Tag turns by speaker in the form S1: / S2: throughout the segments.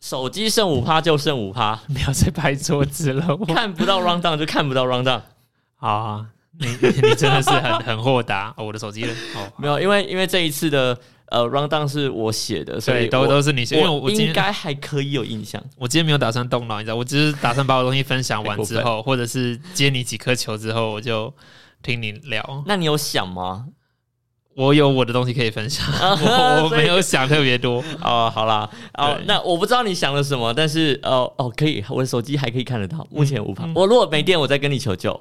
S1: 手机剩五趴就剩五 趴，
S2: 不要再拍桌子 了，我
S1: 看不到 round down 就看不到 round down。
S2: 好啊，你 你真的是很很豁达、哦我的手机了，哦，
S1: 没有，因为因为这一次的呃 round down 是我写的，所
S2: 对，
S1: 以
S2: 都
S1: 我
S2: 都是你写，因为我
S1: 我
S2: 我今
S1: 应
S2: 天
S1: 该还可以有印象。
S2: 我今天没有打算动脑，你知道，我只是打算把我东西分享
S1: 太
S2: 完
S1: 过
S2: 之
S1: 分
S2: 后，或者是接你几颗球之后，我就听你聊。
S1: 那你有想吗？
S2: 我有我的东西可以分 享， 我 我
S1: 所以
S2: 没有想特别多。
S1: 哦，好啦，哦
S2: 对，
S1: 那我不知道你想了什么，但是哦哦，可以，我的手机还可以看得到，目前五趴。
S2: 嗯
S1: 我如果没电，我再跟你求救。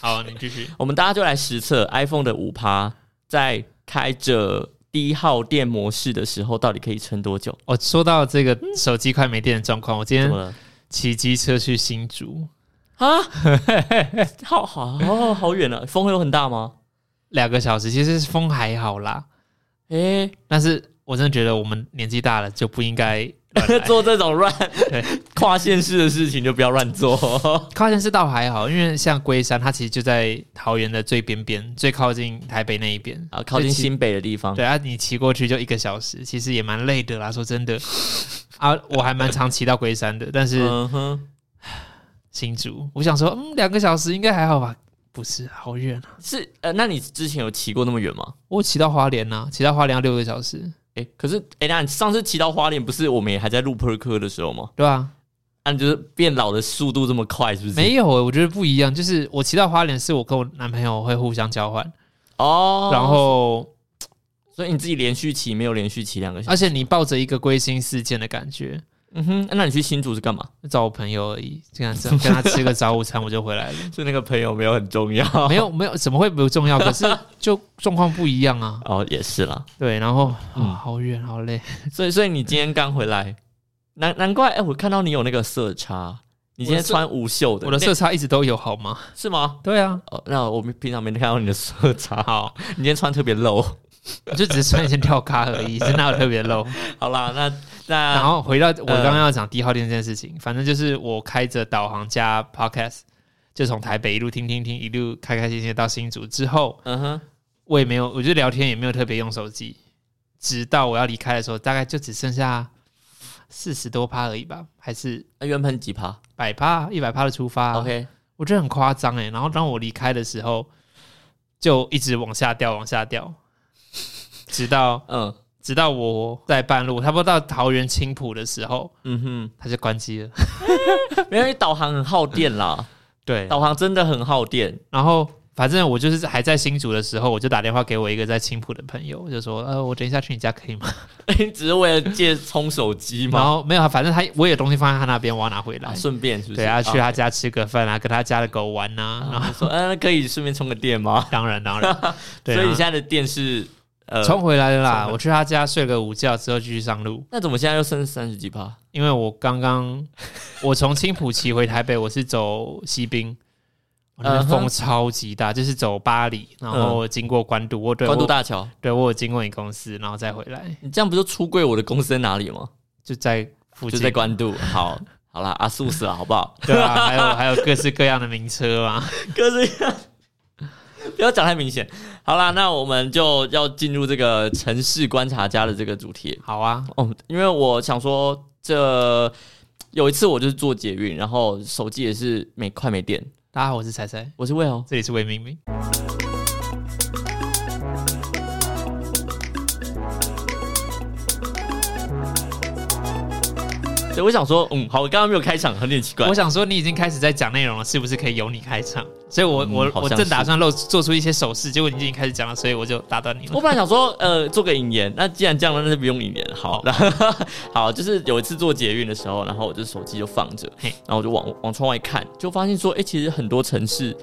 S2: 好，你继 续。
S1: 我们大家就来实测 iPhone 的五趴，在开着低耗电模式的时候，到底可以撑多久？
S2: 我、哦说到这个手机快没电的状况，我今
S1: 怎
S2: 天
S1: 么了？
S2: 骑机车去新竹，
S1: 啊，好好哦，好远了，风会有很大吗？
S2: 两个小时，其实风还好啦，
S1: 诶、
S2: 但是我真的觉得我们年纪大了就不应该乱 来
S1: 做这种乱
S2: 对
S1: 跨县市的事情就不要乱 做。
S2: 靠近是倒还好，因为像龟山，它其实就在桃园的最边边，最靠近台北那一边
S1: 啊，靠近。
S2: 所以
S1: 新北的地方
S2: 骑，对啊，你骑过去就一个小时，其实也蛮累的啦。说真的，啊，我还蛮常骑到龟山的，但是
S1: 嗯哼，
S2: 新竹，我想说，嗯，两个小时应该还好吧？不是，好远啊！
S1: 是呃，那你之前有骑过那么远吗？
S2: 我骑到花莲呐、啊，骑到花莲要六个小时，
S1: 诶、可是诶，那、你上次骑到花莲，不是我们也还在录 per 科的时候吗？
S2: 对啊，
S1: 啊，你就是变老的速度这么快，是不是？
S2: 没有、欸，我觉得不一样。就是我骑到花莲，是我跟我男朋友会互相交换，
S1: 哦，
S2: 然后
S1: 所以你自己连续骑，没有连续骑两个小时。
S2: 而且你抱着一个归心似箭的感觉，
S1: 嗯哼，那你去新竹是干嘛？
S2: 找我朋友而已，这样子跟他吃个早午餐，我就回来了。 哦
S1: 是那个朋友没有很重要，
S2: 没有没有，怎么会不重要？可是就状况不一样啊。
S1: 哦，也是啦。
S2: 对，然后啊、
S1: 嗯
S2: 好远，好累。
S1: 所以，所以你今天刚回来，难难怪哎、我看到你有那个色差，你今天
S2: 我的色
S1: 穿无袖的，
S2: 我的
S1: 那
S2: 色差一直都有，好吗？
S1: 是吗？
S2: 对啊，
S1: 哦，那我们平常没看到你的色差，哦
S2: 好，
S1: 你今天穿特别露。
S2: 我就只是穿一件吊咖而已，真的有特别 low。
S1: 好啦，那
S2: 然
S1: 那
S2: 后回到我刚刚要讲低耗电这件事情，反正就是我开着导航加 podcast，就从台北一路听听听，一路开开心心地到新竹之后，
S1: 嗯哼，
S2: 我也没有，我就聊天也没有特别用手机，直到我要离开的时候，大概就只剩下四十多趴而已吧，还是
S1: 那啊原本几趴
S2: 百趴、一百趴的出发、
S1: ？OK，
S2: 我觉得很夸张哎。然后当我离开的时候，就一直往下掉，往下掉，直到
S1: 嗯
S2: 直到我在半路，差不多到桃园青浦的时候，
S1: 嗯
S2: 它就关机了。
S1: 哼，没有，因为导航很耗电啦，
S2: 对，
S1: 导航真的很耗电。
S2: 然后反正我就是还在新竹的时候，我就打电话给我一个在青浦的朋友，我就说呃，我等一下去你家可以吗？
S1: 你只是为了借充手机
S2: 然
S1: 吗？
S2: 后没有，反正他我有东西放在他那边，我要拿回来。
S1: 啊顺便是不是？
S2: 对啊，去他
S1: 啊
S2: 家吃个饭啊，跟他家的狗玩呐、然后
S1: 啊 说，嗯，可以顺便充个电吗？
S2: 当然 当然，
S1: 所
S2: 对、啊，
S1: 以你现在的电是呃，
S2: 冲回来了啦。
S1: 冲
S2: 我去他家睡个午觉之后继续上路，
S1: 那怎么现在又剩三十几趴？
S2: 因为我刚 刚我从青浦骑回台北，我是走西滨。我那边
S1: 嗯哼
S2: 风超级大就是走巴黎，然后经过关渡，我对
S1: 嗯关渡
S2: 我
S1: 大桥，
S2: 对我有经过你公司，然后再回来，
S1: 你这样不就出柜我的公司在哪里吗？
S2: 就在附
S1: 就
S2: 近
S1: 在关渡。好，好啦，阿素死了，好不好？
S2: 对啊，还有还有各式各样的名车啊嘛。
S1: 哥这样，不要讲太明显。好啦，那我们就要进入这个城市观察家的这个主题
S2: 好啊，
S1: 哦，因为我想说这。有一次我就是坐捷运，然后手机也是没快没电。
S2: 大家好，我是彩彩，
S1: 我是 Will，
S2: 这里是魏明明。
S1: 对，我想说，嗯，好，我刚刚没有开场，很有点奇怪
S2: 我。想说，你已经开始在讲内容了，是不是可以由你开场？所以我、
S1: 嗯
S2: 我
S1: 好
S2: 我
S1: 像
S2: 正打
S1: 是
S2: 算露做出一些手势，结果你已经开始讲了，所以我就打断你了
S1: 我。本来想说，呃，做个引言。那既然这样了，那就不用引言。 好，然后好，就是有一次做捷运的时候，然后我就手机就放着，
S2: 嘿
S1: 然后我就往往窗外看，就发现说，哎、其实很多城市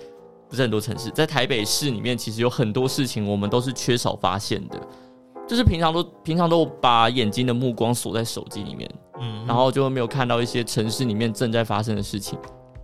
S1: 不是很多城市，在台北市里面，其实有很多事情我们都是缺少发现的，就是平常都平常都把眼睛的目光锁在手机里面，
S2: 嗯
S1: 然后就没有看到一些城市里面正在发生的事情，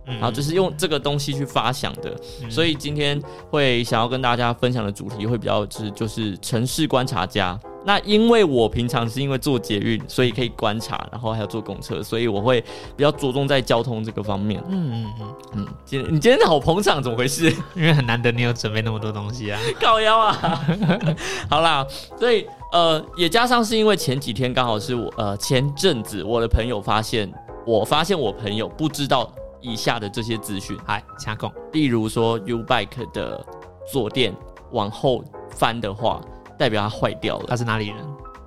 S2: 嗯
S1: 然后就是用这个东西去发想的。
S2: 嗯
S1: 所以今天会想要跟大家分享的主题会比较是就是城市观察家。那因为我平常是因为做捷运，所以可以观察，然后还有坐公车，所以我会比较着重在交通这个方面。
S2: 嗯嗯嗯，
S1: 嗯，今天你今天好捧场，怎么回事？
S2: 因为很难得你有准备那么多东西啊。
S1: 靠腰啊！ 好啦，所以呃，也加上是因为前几天刚好是我呃前阵子我的朋友发现，我发现我朋友不知道以下的这些资讯，
S2: 嗨，掐拱，
S1: 例如说 U Bike 的坐垫往后翻的话，代表它坏掉了。
S2: 他是哪里人？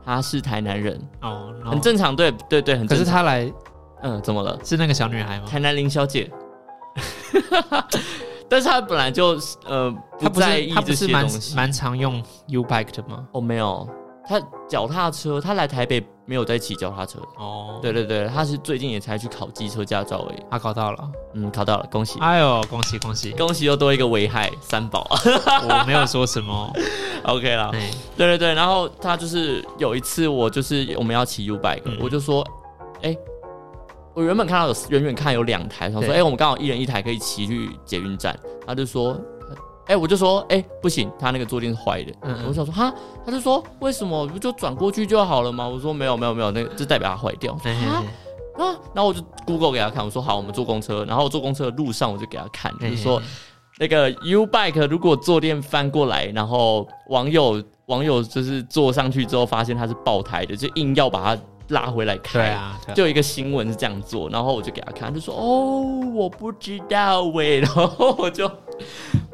S1: 他是台南人，
S2: 啊哦，然后
S1: 很正常，对对对，很
S2: 可
S1: 正
S2: 是
S1: 常。
S2: 他来
S1: 嗯、怎么了？
S2: 是那个小女孩吗？
S1: 台南林小姐。 但是他本来就呃
S2: 他不
S1: 在
S2: 是
S1: 意
S2: 他
S1: 这
S2: 不是
S1: 些
S2: 蛮
S1: 东西，
S2: 蛮常用 U Bike 的吗？
S1: 哦，没有，他脚踏车，他来台北没有在骑脚踏车的。
S2: 哦，
S1: 对，对对，他是最近也才去考机车驾照而已。
S2: 他搞 到了，
S1: 嗯，考到了，恭喜！
S2: 哎呦，恭喜 恭喜！
S1: 恭喜又多一个危害三宝
S2: 我没有说什么，
S1: ，OK 啦。
S2: 哎，
S1: 对对对，然后他就是有一次我就是我们要骑 U bike，、
S2: 嗯
S1: 我就说，哎、我原本看到有远远看有两台，想说，
S2: 对
S1: 哎、我们刚好一人一台可以骑去捷运站，他就说，哎、我就说，哎、不行，他那个坐垫是坏的，
S2: 嗯嗯
S1: 我想说哈，他就说为什么不就转过去就好了吗？我说没有没有没有，那个这代表它坏掉。
S2: 嘿嘿
S1: 啊
S2: 嘿
S1: 啊，然后我就 Google 给他看，我说好，我们坐公车，然后坐公车的路上我就给他看，就是说
S2: 嘿
S1: 那个 U Bike 如果坐垫翻过来，然后网友网友就是坐上去之后发现它是爆胎的，就硬要把它拉回来开。
S2: 对啊，对啊
S1: 就有一个新闻是这样做，然后我就给他看，他就说哦，我不知道喂， 然后我就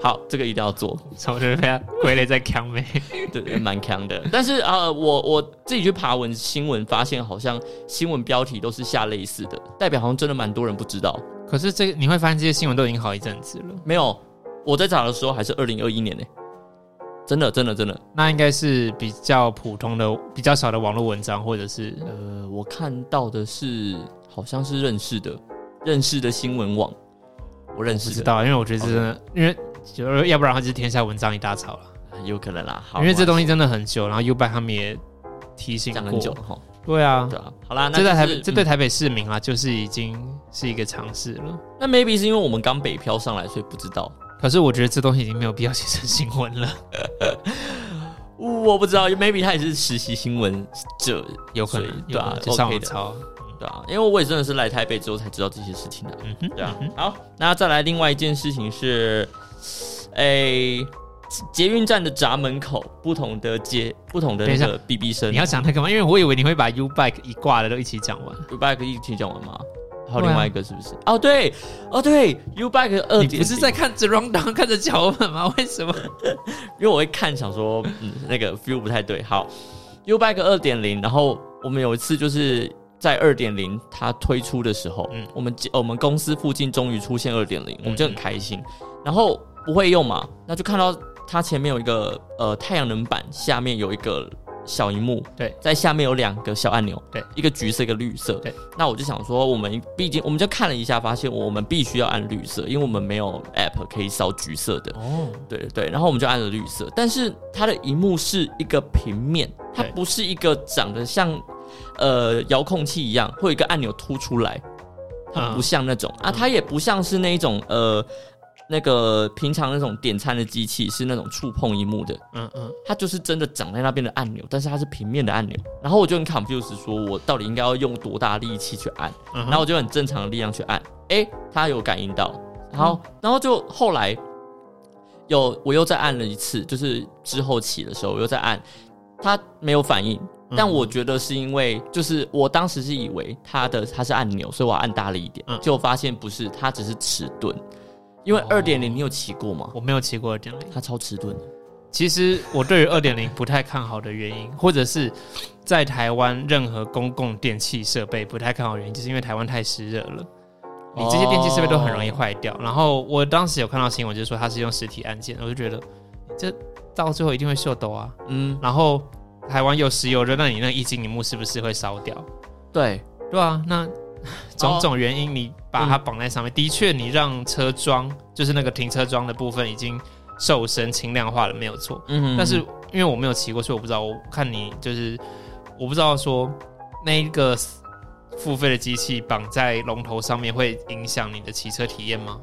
S1: 好，这个一定要做，
S2: 所以我觉得被他傀儡在扛妹，
S1: 对，蛮强的。但是啊、呃我我自己去爬文新闻，发现好像新闻标题都是下类似的，代表好像真的蛮多人不知道。
S2: 可是这个你会发现这些新闻都已经好一阵子了，
S1: 没有，我在找的时候还是二零二一年呢、真的，真的，真的。
S2: 那应该是比较普通的、比较少的网络文章，或者是
S1: 呃，我看到的是好像是认识的，认识的新闻网，我认
S2: 不
S1: 识
S2: 知
S1: 的，
S2: 道，啊因为我觉得真的，因为就要不然的话就是天下文章一大抄了，
S1: 啊有可能啦。好，
S2: 因为这
S1: 都
S2: 东西真的很久，然后 U Bike 他们也提醒
S1: 讲
S2: 过，
S1: 很久了哈。
S2: 对啊，
S1: 对啊，好啦，那
S2: 这
S1: 就
S2: 在台
S1: 是
S2: 北，这对台北市民啊，就是已经是一个尝试了。
S1: 嗯那 maybe 是因为我们刚北漂上来，所以不知道。
S2: 可是我觉得这东西已经没有必要写成新闻 了，
S1: 我不知道，maybe 他也是实习新闻者，
S2: 有可能
S1: 所以对
S2: 有可
S1: 啊
S2: 能就上
S1: OK
S2: 网
S1: 的
S2: 抄。
S1: 对啊，因为我也真的是来台北之后才知道这些事情的、
S2: 嗯哼，
S1: 对啊，好，那再来另外一件事情是，诶、捷运站的闸门口不同的街不同的那
S2: 等一
S1: 个哔哔声
S2: 你，要讲那个吗？因为我以为你会把 U Bike 一挂的都一起讲完。
S1: U Bike 一起讲完吗？还有
S2: 对啊
S1: 另外一个是不是？哦，对，哦对，U Bike 二
S2: 你
S1: 点零
S2: 不是在，看着 round down 看着脚本吗？为什么？
S1: 因为我会看，想说嗯那个 feel 不太对。好，U Bike 二点零，然后我们有一次就是在二点零它推出的时候，
S2: 嗯
S1: 我们呃我们公司附近终于出现二点零，我们就很
S2: 嗯
S1: 开心。然后不会用嘛，那就看到它前面有一个呃太阳能板，下面有一个小荧幕，
S2: 对，
S1: 在下面有两个小按钮，
S2: 对，
S1: 一个橘色，一个绿色，
S2: 对。
S1: 那我就想说，我们毕竟我们就看了一下，发现我们必须要按绿色，因为我们没有 app 可以扫橘色的，
S2: 哦，
S1: 对对对。然后我们就按了绿色，但是它的荧幕是一个平面，它
S2: 对
S1: 不是一个长得像呃遥控器一样，会有一个按钮凸出来。它不像那种、啊，
S2: 嗯
S1: 它也不像是那一种呃，那个平常那种点餐的机器是那种触碰荧幕的，
S2: 嗯嗯，
S1: 它就是真的长在那边的按钮，但是它是平面的按钮。然后我就很 confused，说我到底应该要用多大力气去按？
S2: 嗯
S1: 然后我就很正常的力量去按，诶，它有感应到，然后然后就后来有我又再按了一次，就是之后起的时候我又再按，它没有反应。但我觉得是因为，就是我当时是以为它的它是按钮，所以我要按大力一点，
S2: 嗯
S1: 结果发现不是，它只是迟钝。因为
S2: 哦
S1: 二点零你有骑过吗？
S2: 我没有骑过二点零。
S1: 它超迟钝的。
S2: 其实我对于二点零不太看好的原因，或者是在台湾任何公共电器设备不太看好的原因，就是因为台湾太湿热了，你这些电器设备都很容易坏掉。然后我当时有看到新闻，就是说它是用实体按键，我就觉得这到最后一定会秀抖啊。
S1: 嗯，
S2: 然后台湾又湿又热，那你那液晶屏幕是不是会烧掉？
S1: 对，
S2: 对啊，那种种原因，你
S1: 哦
S2: 把
S1: 嗯
S2: 它绑在上面，的确，你让车桩就是那个停车桩的部分已经瘦身轻量化了，没有错。
S1: 嗯
S2: 但是因为我没有骑过，所以我不知道。我看你就是，我不知道说那一个付费的机器绑在龙头上面会影响你的骑车体验吗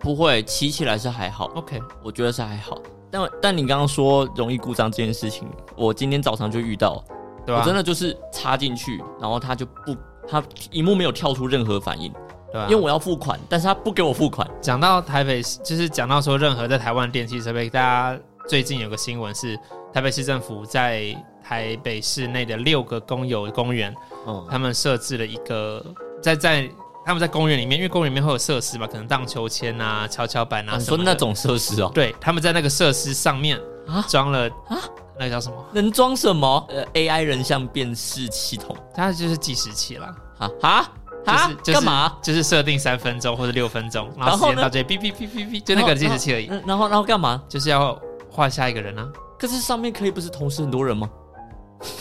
S1: 不会骑起来是还好，
S2: ？OK，
S1: 我觉得是还好。但但你刚刚说容易故障这件事情，我今天早上就遇到，
S2: 对啊吧、
S1: 我真的就是插进去，然后它就不，它荧幕没有跳出任何反应，
S2: 对啊吧？
S1: 因为我要付款，但是它不给我付款。
S2: 讲到台北市，就是讲到说任何在台湾的电器设备，大家最近有个新闻是台北市政府在台北市内的六个公有公园，
S1: 嗯，
S2: 他们设置了一个在在他们在公园里面，因为公园里面会有设施嘛，可能荡秋千啊、跷跷板啊
S1: 你
S2: 什
S1: 说
S2: 么的
S1: 那种设施哦，
S2: 对，他们在那个设施上面
S1: 啊
S2: 装了
S1: 啊
S2: 那个叫什么？
S1: 能装什么？呃，AI 人像辨识系统
S2: 它就是计时器啦，
S1: 啊啊啊！
S2: 就是
S1: 干嘛？？
S2: 就是设定三分钟或者六分钟，然
S1: 然
S2: 后时
S1: 后
S2: 间
S1: 呢
S2: 到这里，哔哔哔哔哔，就那
S1: 然后
S2: 个计时器而已，
S1: 嗯，然后然后干嘛？
S2: 就是要画下一个人啊。
S1: 可是上面可以不是同时很多人吗？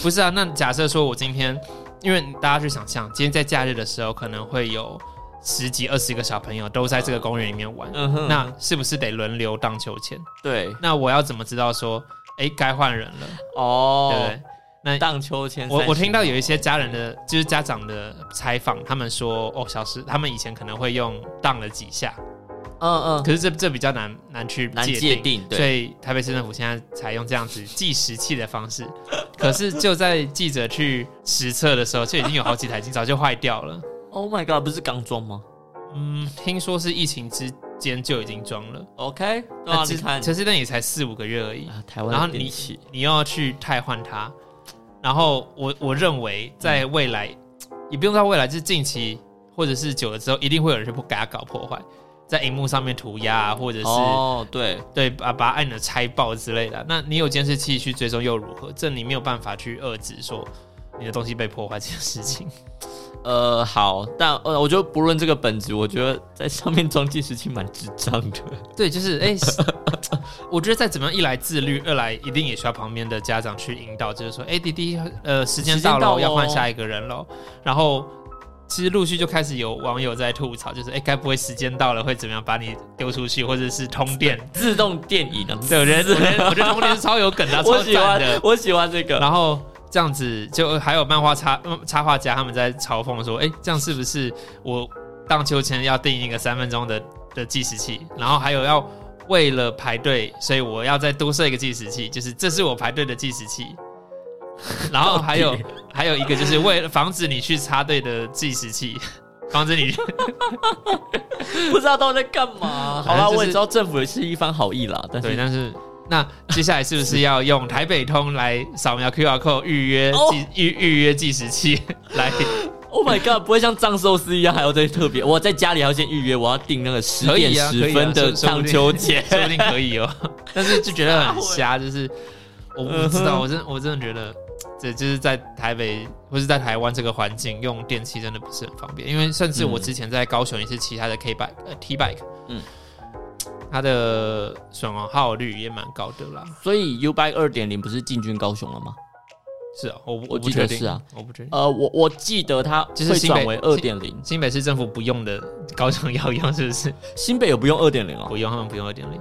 S2: 不是啊，那假设说我今天，因为大家去想象，今天在假日的时候可能会有十几、二十个小朋友都在这个公园里面玩，
S1: 嗯哼
S2: 那是不是得轮流荡秋千？
S1: 对
S2: 那我要怎么知道说，哎，该换人了，对不
S1: 哦，
S2: 对？那
S1: 荡秋千30
S2: 我
S1: 秒，
S2: 我听到有一些家人的，就是家长的采访，他们说，哦，小时他们以前可能会用荡了几下，
S1: 嗯嗯
S2: 可是这这比较难难去
S1: 难
S2: 界
S1: 界定，
S2: 所
S1: 对，
S2: 以台北市政府现在采用这样子计时器的方式，可是就在记者去实测的时候，就已经有好几台已经早就坏掉了。
S1: Oh my god，不是刚装吗
S2: 嗯，听说是疫情之间就已经装了，
S1: ？OK，对啊，
S2: 那
S1: 你
S2: 只
S1: 看
S2: 其实那也才四五个月而已，
S1: 啊，台
S2: 然后
S1: 湾的
S2: 你
S1: 电器，
S2: 你又要去汰换它，然后我我认为在未来，也不用到未来，就是近期或者是久了之后，一定会有人去给它搞破坏，在荧幕上面涂鸦啊，或者是、
S1: 哦，对，
S2: 对，把把按钮拆爆之类的啊。那你有监视器去追踪又如何？这你没有办法去遏制说你的东西被破坏这件事情。
S1: 呃，好，但呃，我觉得不论这个本质，我觉得在上面装计时器蛮智障的。
S2: 对，就是哎、是 我觉得再怎么样，一来自律，二来一定也需要旁边的家长去引导，就是说，哎、弟弟，呃，时间
S1: 时间
S2: 到
S1: 到
S2: 了，要换
S1: 咯
S2: 下一个人喽。然后其实陆续就开始有网友在吐槽，就是哎，该、不会时间到了会怎么样把你丢出去，或者是通电？
S1: 自动电影啊，
S2: 对，我觉得我觉得我觉得通电是超有梗的啊、超
S1: 我喜
S2: 赞
S1: 欢
S2: 的，。
S1: 我喜欢这 个。
S2: 然后这样子就还有漫画插嗯插画家他们在嘲讽说，哎、这样是不是我荡秋千要定一个三分钟的的计时器，然后还有要为了排队，所以我要再多设一个计时器，就是这是我排队的计时器。然后还有
S1: 到底
S2: 还有一个就是为了防止你去插队的计时器， 防止你
S1: 不知道到底在干嘛。好
S2: 反正
S1: 啦，
S2: 就是
S1: 我也知道政府也是一番好意啦，但
S2: 对，
S1: 是
S2: 但是那接下来是不是要用台北通来扫描 QR code 预约
S1: 哦
S2: 计预预约计时器 来？
S1: Oh my God，不会像藏寿司一样还要再特别，我在家里还要先预约，我要订那个十
S2: 可
S1: 点
S2: 以啊可
S1: 十
S2: 以啊
S1: 分的
S2: 说说不
S1: 荡
S2: 定
S1: 秋千。
S2: 说不定可以哦。但是就觉得很瞎，就是我不知道，我真我真的觉得，这就是在台北或是在台湾这个环境用电器真的不是很方便，因为甚至我
S1: 嗯
S2: 之前在高雄也是骑他的 K bike 呃 T bike，
S1: 嗯，
S2: 嗯它的损耗率也蛮高的啦。
S1: 所以 U Bike 二点零不是进军高雄了吗？
S2: 是啊，我不
S1: 我
S2: 不
S1: 记
S2: 确
S1: 得
S2: 定
S1: 是啊，
S2: 我不确定。
S1: 呃，我我记得它
S2: 就是
S1: 会
S2: 新北
S1: 转为二点零，
S2: 新北市政府不用的，高雄要用是不是？
S1: 新北有不用二点零哦
S2: 不。用，他们不用二点零。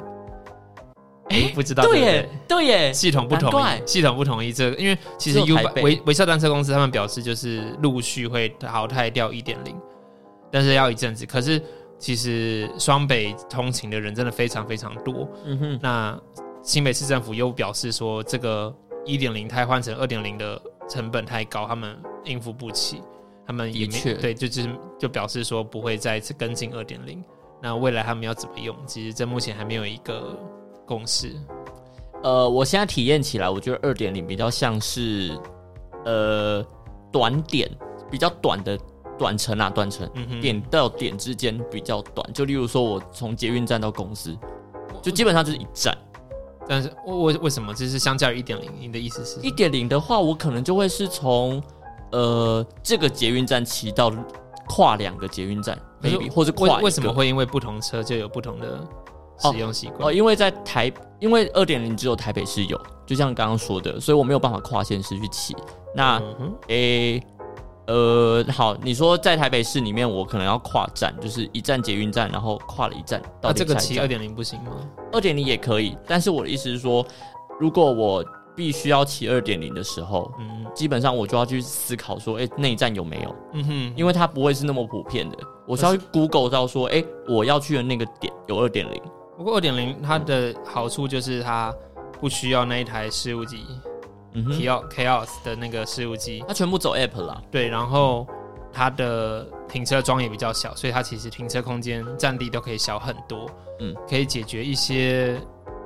S1: 哎
S2: 我不知道，
S1: 对
S2: 不
S1: 耶，对耶，
S2: 系统不
S1: 难
S2: 同意
S1: 怪，
S2: 系统不同意这个，因为其实
S1: 只有
S2: U
S1: 台北
S2: 维维校单车公司他们表示，就是陆续会淘汰掉一点零，但是要一阵子。可是其实双北通勤的人真的非常非常多，
S1: 嗯哼，
S2: 那新北市政府又表示说，这个一点零汰换成二点零的成本太高，他们应付不起，他们也
S1: 的
S2: 没
S1: 确
S2: 对，就就是就表示说不会再次跟进二点零。那未来他们要怎么用？其实这目前还没有一个共识。
S1: 呃，我现在体验起来，我觉得二点零比较像是呃短点，比较短的短程啊，短程。
S2: 嗯哼，
S1: 点到点之间比较短，就例如说，我从捷运站到公司，就基本上就是一站。
S2: 但是我我为什么就是相较于一点零，你的意思是
S1: 一点零的话，我可能就会是从呃这个捷运站骑到跨两个捷运站
S2: 可是
S1: ，maybe 或者
S2: 为
S1: 跨一个
S2: 为什么会因为不同车就有不同的使用习
S1: 哦，
S2: 惯？
S1: 因为在台，因为二点零只有台北市有，就像刚刚说的，所以我没有办法跨县市去骑。那
S2: 嗯哼
S1: 诶、呃，好，你说在台北市里面，我可能要跨站，就是一站捷运站，然后跨了一站
S2: 那、
S1: 到
S2: 啊这个骑
S1: 骑
S2: 二点零不行吗？
S1: 二点零也可以，但是我的意思是说，如果我必须要骑二点零的时候，
S2: 嗯
S1: 基本上我就要去思考说，诶，那一站有没有？
S2: 嗯哼，
S1: 因为它不会是那么普遍的，我是要去 Google 到说，诶，我要去的那个点有二点零，
S2: 不过二点零它的好处就是它不需要那一台事务机、
S1: 嗯
S2: c
S1: 哼，嗯
S2: h Chaos 的那个事务机，
S1: 它全部走 app 啦，
S2: 对，然后它的停车桩也比较小，所以它其实停车空间占地都可以小很多，
S1: 嗯，
S2: 可以解决一些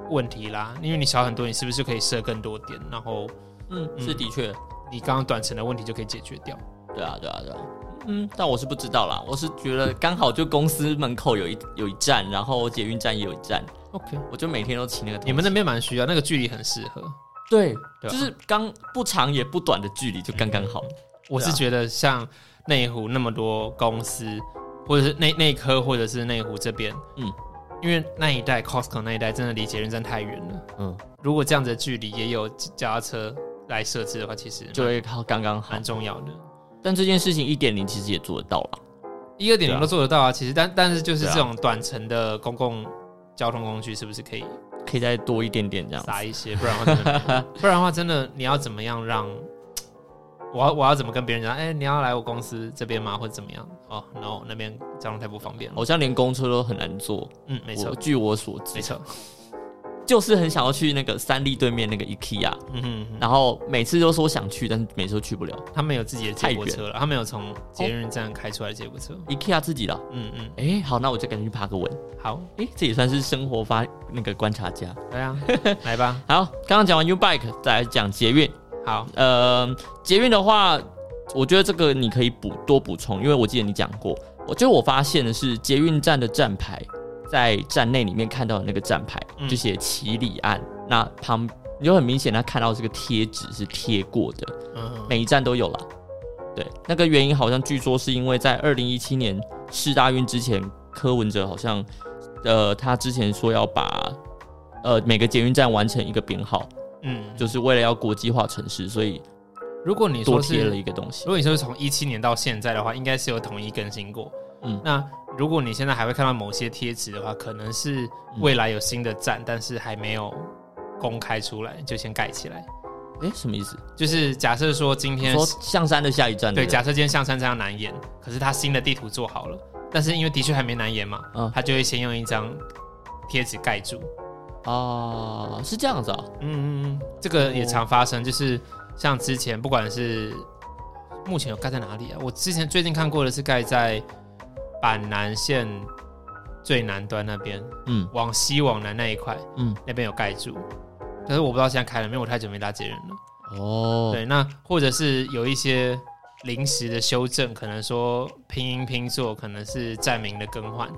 S2: 问题啦。因为你小很多，你是不是可以设更多点，然后
S1: 嗯，
S2: 嗯
S1: 是的确，
S2: 你刚刚短程的问题就可以解决掉？
S1: 对啊，对啊，对啊。嗯，但我是不知道啦，我是觉得刚好就公司门口有一有一站，然后捷运站也有一站，
S2: OK，
S1: 我就每天都骑那个东西。
S2: 你们那边蛮需要，那个距离很适合。
S1: 对，
S2: 对啊
S1: 就是刚不长也不短的距离，就刚刚好。
S2: 我
S1: 啊
S2: 是觉得像内湖那么多公司，或者是内内科，或者是内湖这边，
S1: 嗯
S2: 嗯，因为那一带 Costco 那一带真的离捷运站太远了。
S1: 嗯，
S2: 如果这样子的距离也有脚踏车来设置的话，其实
S1: 就
S2: 蛮
S1: 会好刚刚好
S2: 蛮。重要的。
S1: 但这件事情一点零其实也做得到啦。
S2: 一二点
S1: 对啊
S2: 零都做得到啊，其实但但是就是
S1: 对啊
S2: 这种短程的公共交通工具，是不是可以
S1: 可以再多一点点这样子。
S2: 撒一些？不然的话 真的，不然的话真的你要怎么样让？我要我要怎么跟别人讲？哎、你要来我公司这边吗？或者怎么样？哦，no，那边交通太不方便了。
S1: 好像连公车都很难坐。
S2: 嗯，没
S1: 哦我
S2: 错，
S1: 据我所知
S2: 没，错。
S1: 就是很想要去那个三立对面那个 IKEA，
S2: 嗯哼嗯哼，
S1: 然后每次都说想去，但是每次都去不了。
S2: 他们有自己的接驳车了，他们有从捷运站开出来的接驳车。
S1: IKEA 自己啦。
S2: 嗯嗯，
S1: 哎、好，那我就赶紧去爬个文。
S2: 好，
S1: 哎、这也算是生活发那个观察家。
S2: 来啊，来吧，
S1: 好，刚刚讲完 U Bike，再来讲捷运。
S2: 好，
S1: 呃，捷运的话，我觉得这个你可以补多补充，因为我记得你讲过。我就我发现的是，捷运站的站牌，在站内里面看到的那个站牌，
S2: 嗯
S1: 就写七里岸，那旁你就很明显，他看到这个贴纸是贴过的，
S2: 嗯，
S1: 每一站都有啦。对，那个原因好像据说是因为在二零一七年世大运之前，柯文哲好像，呃，他之前说要把，呃，每个捷运站完成一个编号，
S2: 嗯，
S1: 就
S2: 就
S1: 是为了要国际化城市，所以
S2: 如果你
S1: 多
S2: 说
S1: 贴
S2: 是
S1: 了一个东西
S2: 如。果你说是从一七年到现在的话，应该是有统一更新过。
S1: 嗯
S2: 嗯，那如果你现在还会看到某些贴纸的话，可能是未来有新的站，但是还没有公开出来，就先盖起来。
S1: 哎、什么意思？
S2: 就是假设说今
S1: 你
S2: 天
S1: 说象山的下一站
S2: 对，
S1: 不
S2: 假设今天象山站要南延，可是它新的地图做好了，但是因为的确还没南延嘛，
S1: 嗯
S2: 它就会先用一张贴纸盖住。
S1: 啊，是这样子啊。
S2: 嗯嗯嗯，这个也常发生，就是像之前不管是目前有盖在哪里啊，我之前最近看过的是盖在板南线最南端那边，
S1: 嗯
S2: 往西往南那一块，
S1: 嗯，
S2: 那边有盖住。可是我不知道现在开了没，因为我太久没搭捷运了。
S1: 哦，
S2: 对，那或者是有一些临时的修正，可能说拼音拼错，可能是站名的更换，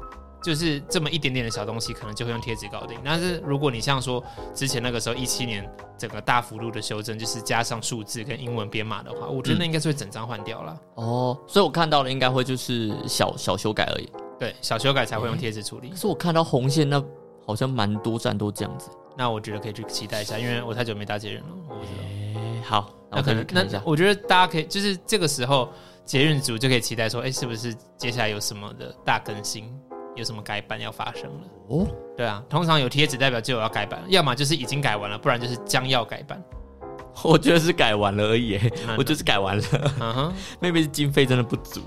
S2: 就是这么一点点的小东西，可能就会用贴纸搞定。但是如果你像说之前那个时候一七年整个大幅度的修正，就是加上数字跟英文编码的话，我觉得那应该是会整张换掉了。
S1: 哦，所以我看到的应该会就是小小修改而已。
S2: 对，小修改才会用贴纸处理
S1: 可。是我看到红线那好像蛮多站都这样子。
S2: 那我觉得可以去期待一下，因为我太久没搭捷运了，我不知道。
S1: 哎，好，
S2: 那
S1: 我
S2: 可
S1: 再
S2: 能
S1: 去看一
S2: 那
S1: 下。
S2: 我觉得大家可以就是这个时候捷运组就可以期待说，哎、是不是接下来有什么的大更新，有什么改版要发生了？
S1: 哦，
S2: 对啊，通常有贴纸代表就有要改版，要么就是已经改完了，不然就是将要改版。
S1: 我觉得是改完了而已耶，
S2: 那
S1: 我就是改完了
S2: 嗯哼，
S1: ，maybe 是经费真的不足。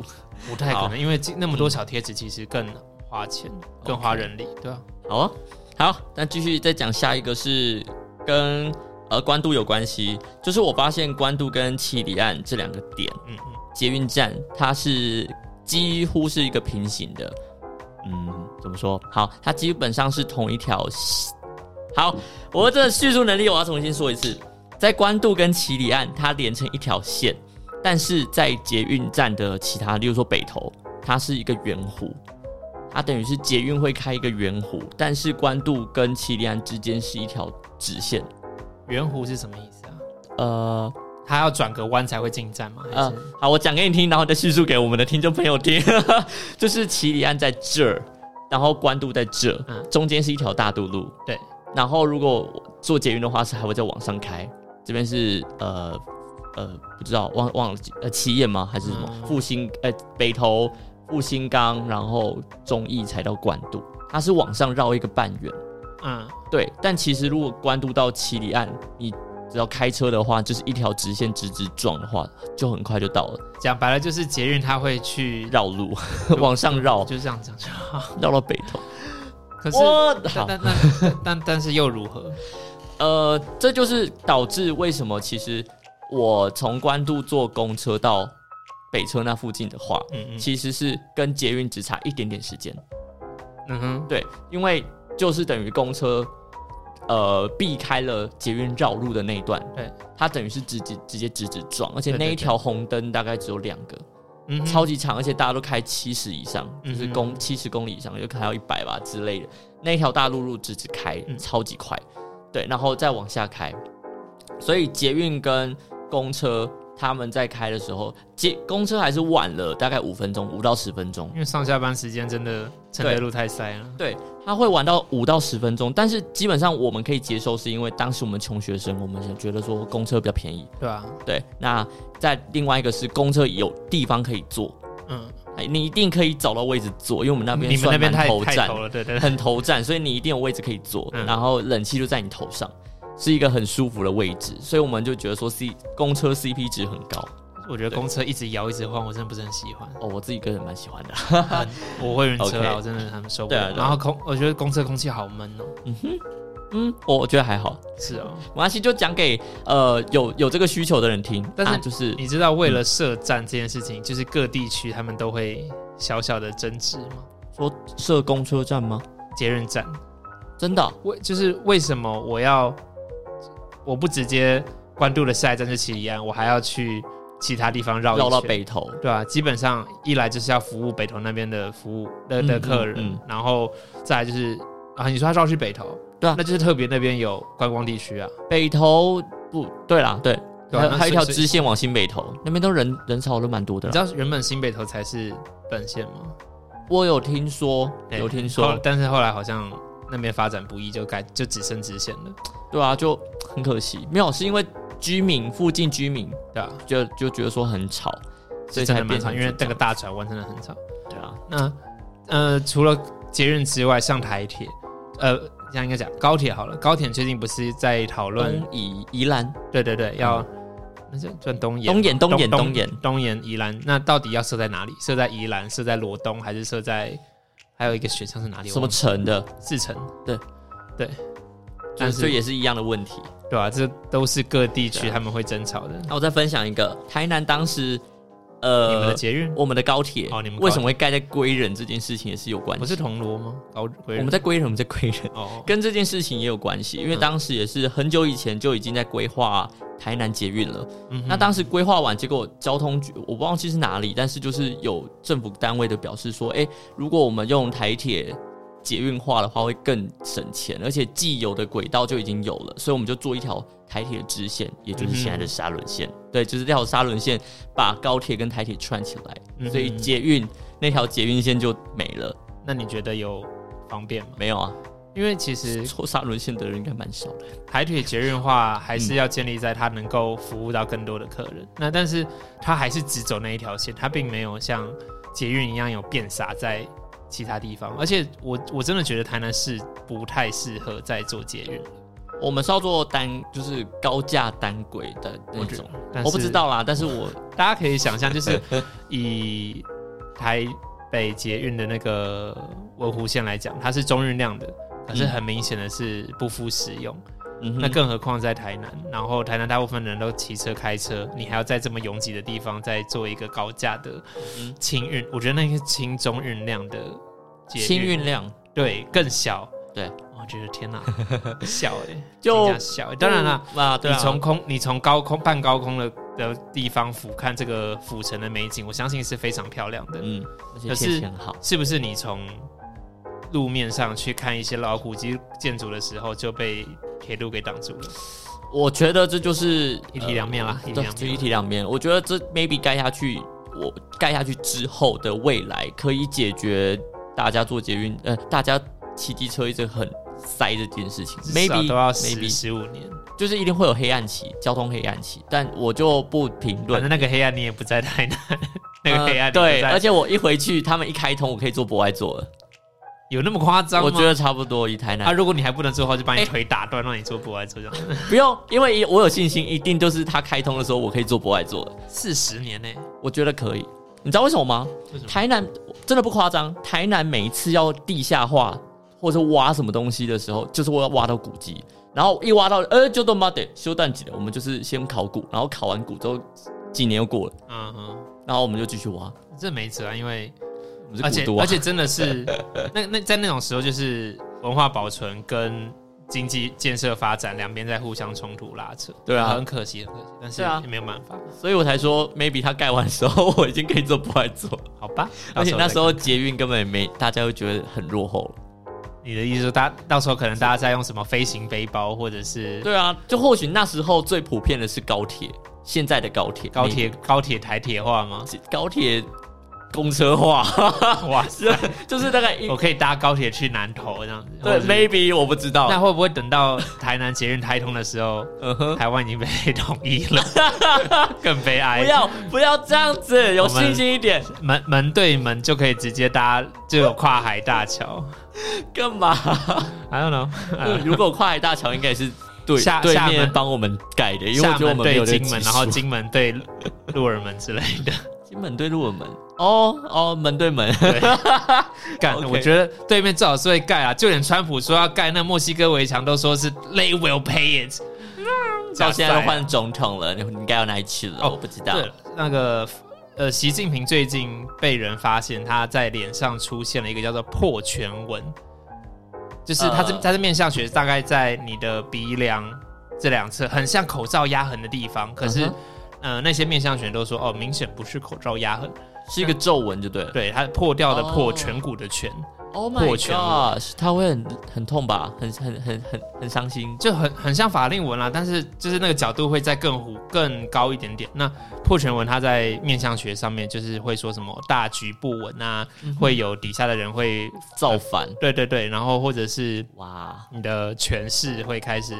S2: 不太可能，因为这那么多小贴纸其实更花钱，更花人力，对啊。
S1: 好啊，好，那继续再讲下一个是跟呃关渡有关系，就是我发现关渡跟七里岸这两个点，
S2: 嗯嗯，
S1: 捷运站它是几乎是一个平行的，嗯，怎么说？好，它基本上是同一条线。好，我这叙述能力我要重新说一次，在关渡跟七里岸它连成一条线，但是在捷运站的其他，例如说北投，它是一个圆弧。它等于是捷运会开一个圆弧，但是关渡跟七里岸之间是一条直线。
S2: 圆弧是什么意思啊？
S1: 呃，
S2: 它要转个弯才会进站吗？还
S1: 呃
S2: 是，
S1: 好，我讲给你听，然后再叙述给我们的听众朋友听。 就是奇里岸在这儿，然后关渡在这，
S2: 嗯
S1: 中间是一条大渡路。
S2: 对，
S1: 然后如果坐捷运的话，是还会再往上开。这边是呃呃，不知道忘忘了呃奇眼吗？还是什么、
S2: 嗯
S1: 复兴呃北投复兴岗，然后中义才到关渡，它是往上绕一个半圆。
S2: 嗯，
S1: 对，但其实如果关渡到七里岸，你只要开车的话，就是一条直线直直撞的话，就很快就到了。
S2: 讲白了就是捷运它会去
S1: 绕路，往上绕，
S2: 就这样讲就好。
S1: 绕到北头。
S2: 可是，
S1: 我好
S2: 但，但但但但是又如何？
S1: 呃，这就是导致为什么其实我从关渡坐公车到北车那附近的话，
S2: 嗯嗯
S1: 其实是跟捷运只差一点点时间。
S2: 嗯哼，
S1: 对，因为就是等于公车，呃，避开了捷运绕路的那一段，
S2: 对，
S1: 它等于是直直直接直直撞，而且
S2: 对对
S1: 那一
S2: 对
S1: 条红灯大概只有两个，
S2: 嗯哼
S1: 超级长，而且大家都开七十以上，就
S2: 嗯
S1: 是
S2: 嗯
S1: 公七十公里以上，就开到一百吧之类的。那一条大陆路直直开，
S2: 嗯
S1: 超级快，对，然后再往下开，所以捷运跟公车他们在开的时候，捷公车还是晚了大概五分钟，五到十分钟。
S2: 因为上下班时间真的承德路太塞了。
S1: 对，他会晚到五到十分钟，但是基本上我们可以接受，是因为当时我们穷学生，我们想觉得说公车比较便宜。
S2: 对啊，
S1: 对，那在另外一个是公车有地方可以坐，
S2: 嗯，
S1: 哎，你一定可以找到位置坐，因为我们那边
S2: 你们那
S1: 算
S2: 边
S1: 蛮
S2: 太
S1: 头
S2: 太
S1: 站，
S2: 头了，对对对，
S1: 很头站，所以你一定有位置可以坐，
S2: 嗯
S1: 然后冷气就在你头上，是一个很舒服的位置，所以我们就觉得说 C 公车 CP 值很高。
S2: 我觉得公车一直摇一直晃，我真的不是很喜 欢。
S1: 哦，我自己个人蛮喜欢的啦。
S2: 很我会晕车
S1: OK
S2: 啊，我真的很受不
S1: 对啊
S2: 了。
S1: 对啊
S2: 然后空，我觉得公车空气好闷哦。
S1: 嗯，我我觉得还好，
S2: 是哦，
S1: 没关系，就讲给呃有有这个需求的人听。
S2: 但是
S1: 啊就是
S2: 你知道为了设站这件事情，就是各地区他们都会小小的争执吗？
S1: 说设公车站吗？
S2: 捷运站
S1: 真的哦、
S2: 为就是为什么我要我不直接关渡的下一站是七里岸，我还要去其他地方绕一
S1: 绕到
S2: 圈
S1: 北头，
S2: 对啊，基本上一来就是要服务北投那边的服务的
S1: 嗯
S2: 的
S1: 嗯
S2: 客人，
S1: 嗯
S2: 然后再来就是啊，你说他绕去北投，
S1: 对啊
S2: 那就是特别那边有观光地区啊，
S1: 北头不对啦，对，
S2: 对
S1: 还
S2: 啊
S1: 有
S2: 那
S1: 还有一条
S2: 所以
S1: 支线往新北头，那边都人人潮都蛮多的
S2: 你
S1: 啦
S2: 知。道原本新北投才是本线吗？
S1: 我有听说，
S2: 对
S1: 有听
S2: 后
S1: 说，
S2: 但是后来好像那边发展不易，就改就只剩直线了，
S1: 对啊，就很可惜，没有是因为居民附近居民
S2: 对啊，
S1: 就就觉得说很吵，所
S2: 是
S1: 以
S2: 真
S1: 才
S2: 的蛮
S1: 变
S2: 长，
S1: 成
S2: 因为那个大转弯真的很长。
S1: 对啊，
S2: 那呃，除了捷运之外，像台铁，呃，这样应该讲高铁好了，高铁最近不是在讨论，
S1: 东宜宜兰
S2: 对对对，要。那就算东延
S1: 东眼嗯东眼东眼，
S2: 东岩宜兰，那到底要设在哪里？设在宜兰，设在罗东，还是设在还有一个选项是哪里？
S1: 什
S2: 我
S1: 么
S2: 忘记
S1: 城的，
S2: 四城？
S1: 对
S2: 对，
S1: 就
S2: 但
S1: 是这
S2: 是
S1: 也是一样的问题。
S2: 对啊，这都是各
S1: 对
S2: 地区
S1: 啊
S2: 他们会争吵的。
S1: 那我再分享一个，台南当时
S2: 你们
S1: 呃
S2: 的捷运
S1: 我们的高铁
S2: 哦你们高铁
S1: 为什么会盖在归仁这件事情也是有关
S2: 不
S1: 系。
S2: 是铜锣吗？高贵人嗯
S1: 我们在归仁，我们在归仁，
S2: 哦，
S1: 跟这件事情也有关系，因为当时也是很久以前就已经在规划台南捷运了。
S2: 嗯哼
S1: 那当时规划完，结果交通局我忘记是哪里，但是就是有政府单位的表示说，哎、如果我们用台铁捷运化的话，会更省钱，而且既有的轨道就已经有了，所以我们就做一条台铁支线，也就是现在
S2: 嗯
S1: 的沙仑线。对，就是这条沙仑线把高铁跟台铁串起来，
S2: 嗯哼
S1: 所以捷运那条捷运线就没了。
S2: 那你觉得有方便吗？
S1: 没有啊，
S2: 因为其实
S1: 坐沙仑线的人应该蛮少的。
S2: 台铁捷运化还
S1: 嗯
S2: 是要建立在它能够服务到更多的客人。那但是它还是只走那一条线，它并没有像捷运一样有变撒在其他地方。而且我我真的觉得台南市不太适合再做捷运，
S1: 我们是要做单，就是高架单轨的那
S2: 我觉得
S1: 种。。
S2: 但
S1: 我不
S2: 是
S1: 知，道啦，但是我
S2: 大家可以想象，就是 以台北捷运的那个文湖线来讲，它是中运量的，可是
S1: 嗯
S2: 很明显的是不敷使用。
S1: 嗯哼
S2: 那更何况在台南，然后台南大部分人都骑车开车，你还要在这么拥挤的地方再做一个高架的
S1: 嗯
S2: 轻运，我觉得那个轻中运量的捷
S1: 轻运量
S2: 对更小，
S1: 对
S2: 我觉得 天哪，小哎、欸，
S1: 就
S2: 评价小、欸，当然啦，
S1: 啊，对
S2: 你
S1: 啊，
S2: 从空你从高空半高空的的地方俯瞰这个府城的美景，我相信是非常漂亮的，
S1: 嗯，而且
S2: 可是
S1: 天气很好，
S2: 是不是？你从路面上去看一些老古迹建筑的时候就被铁路给挡住了，
S1: 我觉得这就是
S2: 一体两面啦，一
S1: 呃对
S2: 体两，
S1: 就
S2: 面
S1: 一
S2: 啦。
S1: 体两面。我觉得这 maybe 盖下去，我盖下去之后的未来可以解决大家坐捷运，呃，大家骑机车一直很塞这件事情
S2: 至少
S1: ，maybe
S2: 啊都要十
S1: maybe
S2: 十五年。
S1: 就是一定会有黑暗期，交通黑暗期，但我就不评
S2: 反
S1: 论。
S2: 正那个黑暗你也不在台南，那个黑暗
S1: 呃
S2: 你不
S1: 对，
S2: 在
S1: 而且我一回去，他们一开通，我可以坐博爱座了。
S2: 有那么夸张吗？
S1: 我觉得差不多，以台南
S2: 啊，如果你还不能做的话，就把你
S1: 哎
S2: 腿打断，让你做博爱做这样。
S1: 不用，因为我有信心，一定就是它开通的时候，我可以做博爱做的。
S2: 四十年呢、
S1: 我觉得可以，你知道为什么吗？
S2: 为什么？
S1: 台南真的不夸张，台南每一次要地下化或者是挖什么东西的时候，就是我要挖到古籍，然后一挖到，呃，就他妈的修蛋级的，我们就是先考古，然后考完古之后，几年又过了，
S2: 嗯哼，
S1: 然后我们就继续挖，
S2: 这没辙啊，因为
S1: 我们
S2: 而
S1: 是
S2: 且
S1: 古都啊
S2: 而，且真的是 那那在那种时候，就是文化保存跟经济建设发展两边在互相冲突拉扯，
S1: 对啊
S2: 很可惜，很可惜，但是
S1: 对啊
S2: 也没有办法，
S1: 所以我才说，maybe 他盖完的时候，我已经可以做不来做，
S2: 好吧。
S1: 而 且那时
S2: 到
S1: 候捷运根本也没，大家会觉得很落后了。
S2: 再看你的意思说，大到时候可能大家在用什么飞行背包，或者是
S1: 对啊，就或许那时候最普遍的是高铁，现在的高铁，
S2: 高铁高铁台铁化吗？
S1: 美高铁公车化，
S2: 哇，
S1: 就就是大概一
S2: 我可以搭高铁去南投这样子，
S1: 对
S2: 哦或者是
S1: ，maybe 我不知道
S2: 那，会不会等到台南捷运开通的时候，
S1: 嗯哼，
S2: 台湾已经被统一了， 更悲
S1: 不
S2: 哀。
S1: 要不要这样子，有
S2: 我们
S1: 信心一点，
S2: 门门对门就可以直接搭，就有跨海大桥。
S1: 干嘛？
S2: I don't know， 呃
S1: 如果跨海大桥应该也是对
S2: 厦
S1: 对
S2: 厦
S1: 面
S2: 嗯门
S1: 帮我们改的，因为我
S2: 厦
S1: 觉得我
S2: 门
S1: 们没有这
S2: 对
S1: 个
S2: 金门，
S1: 技
S2: 然后
S1: 术
S2: 金门对鹿耳门之类 的。
S1: 金门对入门，哦哦，门对门，
S2: 干
S1: OK
S2: 我觉得对面最好是会盖啊，就连川普说要盖那墨西哥围墙，都说是 They will pay it。
S1: 到现在
S2: 假
S1: 都
S2: 赛
S1: 换总统了，你你该到哪里去了？
S2: 啊哦
S1: 我不知道
S2: 对，了那个呃，习近平最近被人发现他在脸上出现了一个叫做破全纹，就是他这
S1: 呃
S2: 他的面相学大概在你的鼻梁这两侧，很像口罩压痕的地方，可是。
S1: 嗯哼
S2: 呃，那些面相学都说哦，明显不是口罩压痕，
S1: 是一个皱纹就对了。
S2: 对，它破掉的破，
S1: 哦
S2: 颧骨的颧，
S1: Oh
S2: 破
S1: my
S2: 全
S1: gosh，他会很很痛吧？很很很很很伤心。
S2: 就很很像法令纹啦，但是就是那个角度会再更弧更高一点点。那破全纹它在面相学上面就是会说什么大局不稳啊，会有底下的人会
S1: 造反。
S2: 对对对，然后或者是
S1: 哇，
S2: 你的权势会开始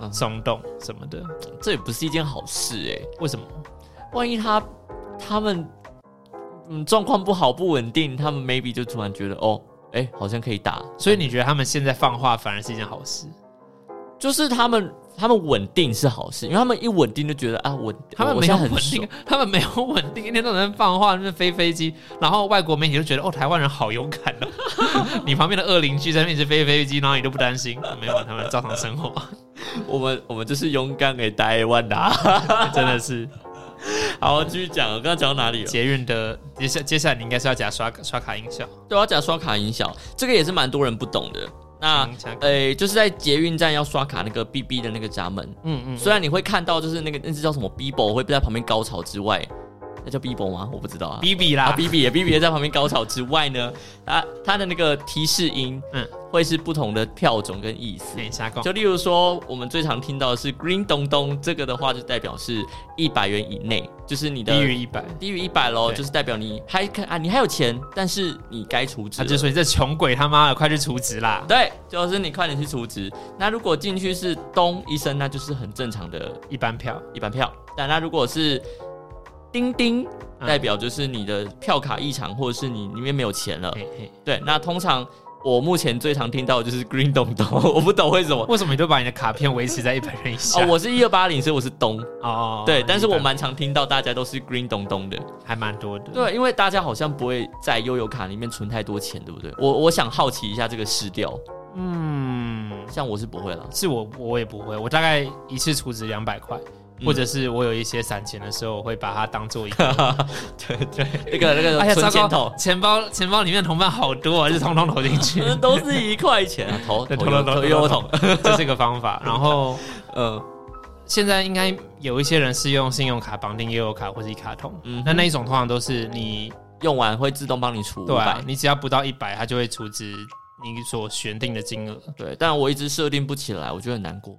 S1: 嗯
S2: 松动什么的，
S1: 这也不是一件好事哎、
S2: 为什么？
S1: 万一他他们嗯状况不好不稳定，他们 maybe 就突然觉得哦，哎、好像可以打。
S2: 所以你觉得他们现在放话反而是一件好事？
S1: 就是他们他们稳定是好事，因为他们一稳定就觉得啊稳，啊
S2: 他们
S1: 我
S2: 没
S1: 现
S2: 有
S1: 在很
S2: 稳
S1: 爽
S2: 定， 他们没有稳定，一天到晚在放话，那边飞飞机，然后外国媒体就觉得哦，台湾人好勇敢哦。 你旁边的恶邻居在那边一直飞飞机，然后你都不担心，没有，他们照常生活，
S1: 我们我们就是勇敢给台湾的、 啊。
S2: 真的是
S1: 好，继续讲，我刚刚讲到哪里了？
S2: 捷运的。接下接下来你应该是要讲刷刷卡音效，
S1: 对，我要讲刷卡影响，这个也是蛮多人不懂的。那
S2: 嗯讲
S1: 呃，就是在捷运站要刷卡那个 B B 的那个闸门，
S2: 嗯嗯，
S1: 虽然你会看到就是那个那只叫什么 Bibo 会在旁边高潮之外，那叫 Bibo 吗？我不知道啊。
S2: 比比
S1: 啊
S2: 啦，
S1: ，B B 也 B B 也在旁边高潮之外呢，啊，它的那个提示音，嗯
S2: 嗯，
S1: 会是不同的票种跟意思。
S2: 等一下讲
S1: 就例如说，我们最常听到的是 green 东东，这个的话就代表是一百元以内，就是你的
S2: 低于一百，
S1: 低于一百喽，
S2: 对
S1: 就是代表你还可啊，你还有钱，但是你该除值
S2: 他
S1: 了。
S2: 啊就说你这穷鬼他妈的，快去除职啦！
S1: 对，就是你快点去除值。那如果进去是东医生，那就是很正常的
S2: 一般票，
S1: 一般票。但那如果是钉钉，
S2: 嗯
S1: 代表就是你的票卡异常，或者是你里面没有钱了。
S2: 嘿嘿
S1: 对，那通常我目前最常听到的就是 green 东东， 我不懂为什么。
S2: 为什么你都把你的卡片维持在一百元以下？
S1: 哦，我是一二八零，所以我是东。
S2: 哦
S1: 对，但是我
S2: 一百
S1: 蛮常听到大家都是 green 东东的。
S2: 还蛮多的，
S1: 对，因为大家好像不会在悠游卡里面存太多钱，对不对？我我想好奇一下这个失掉，
S2: 嗯，
S1: 像我是不会了。
S2: 是我我也不会，我大概一次储值两百块，
S1: 嗯
S2: 或者是我有一些散钱的时候，我会把它当做一 个，
S1: 那个那
S2: 哎
S1: 个存钱筒，
S2: 钱包钱包里面的铜板好多啊，就通通投进 去，
S1: 都是一块钱啊，投
S2: 对
S1: 投
S2: 投投
S1: 投
S2: 投
S1: 油
S2: 投
S1: 桶，
S2: 这是一个方法。然后
S1: 嗯
S2: 现在应该有一些人是用信用卡绑定悠游卡或是一卡通，
S1: 嗯，
S2: 那那一种通常都是你
S1: 用完会自动帮你除五
S2: 对啊
S1: 百，，
S2: 你只要不到一百，它就会储值你所选定的金额，
S1: 对，但我一直设定不起来，我觉得很难过。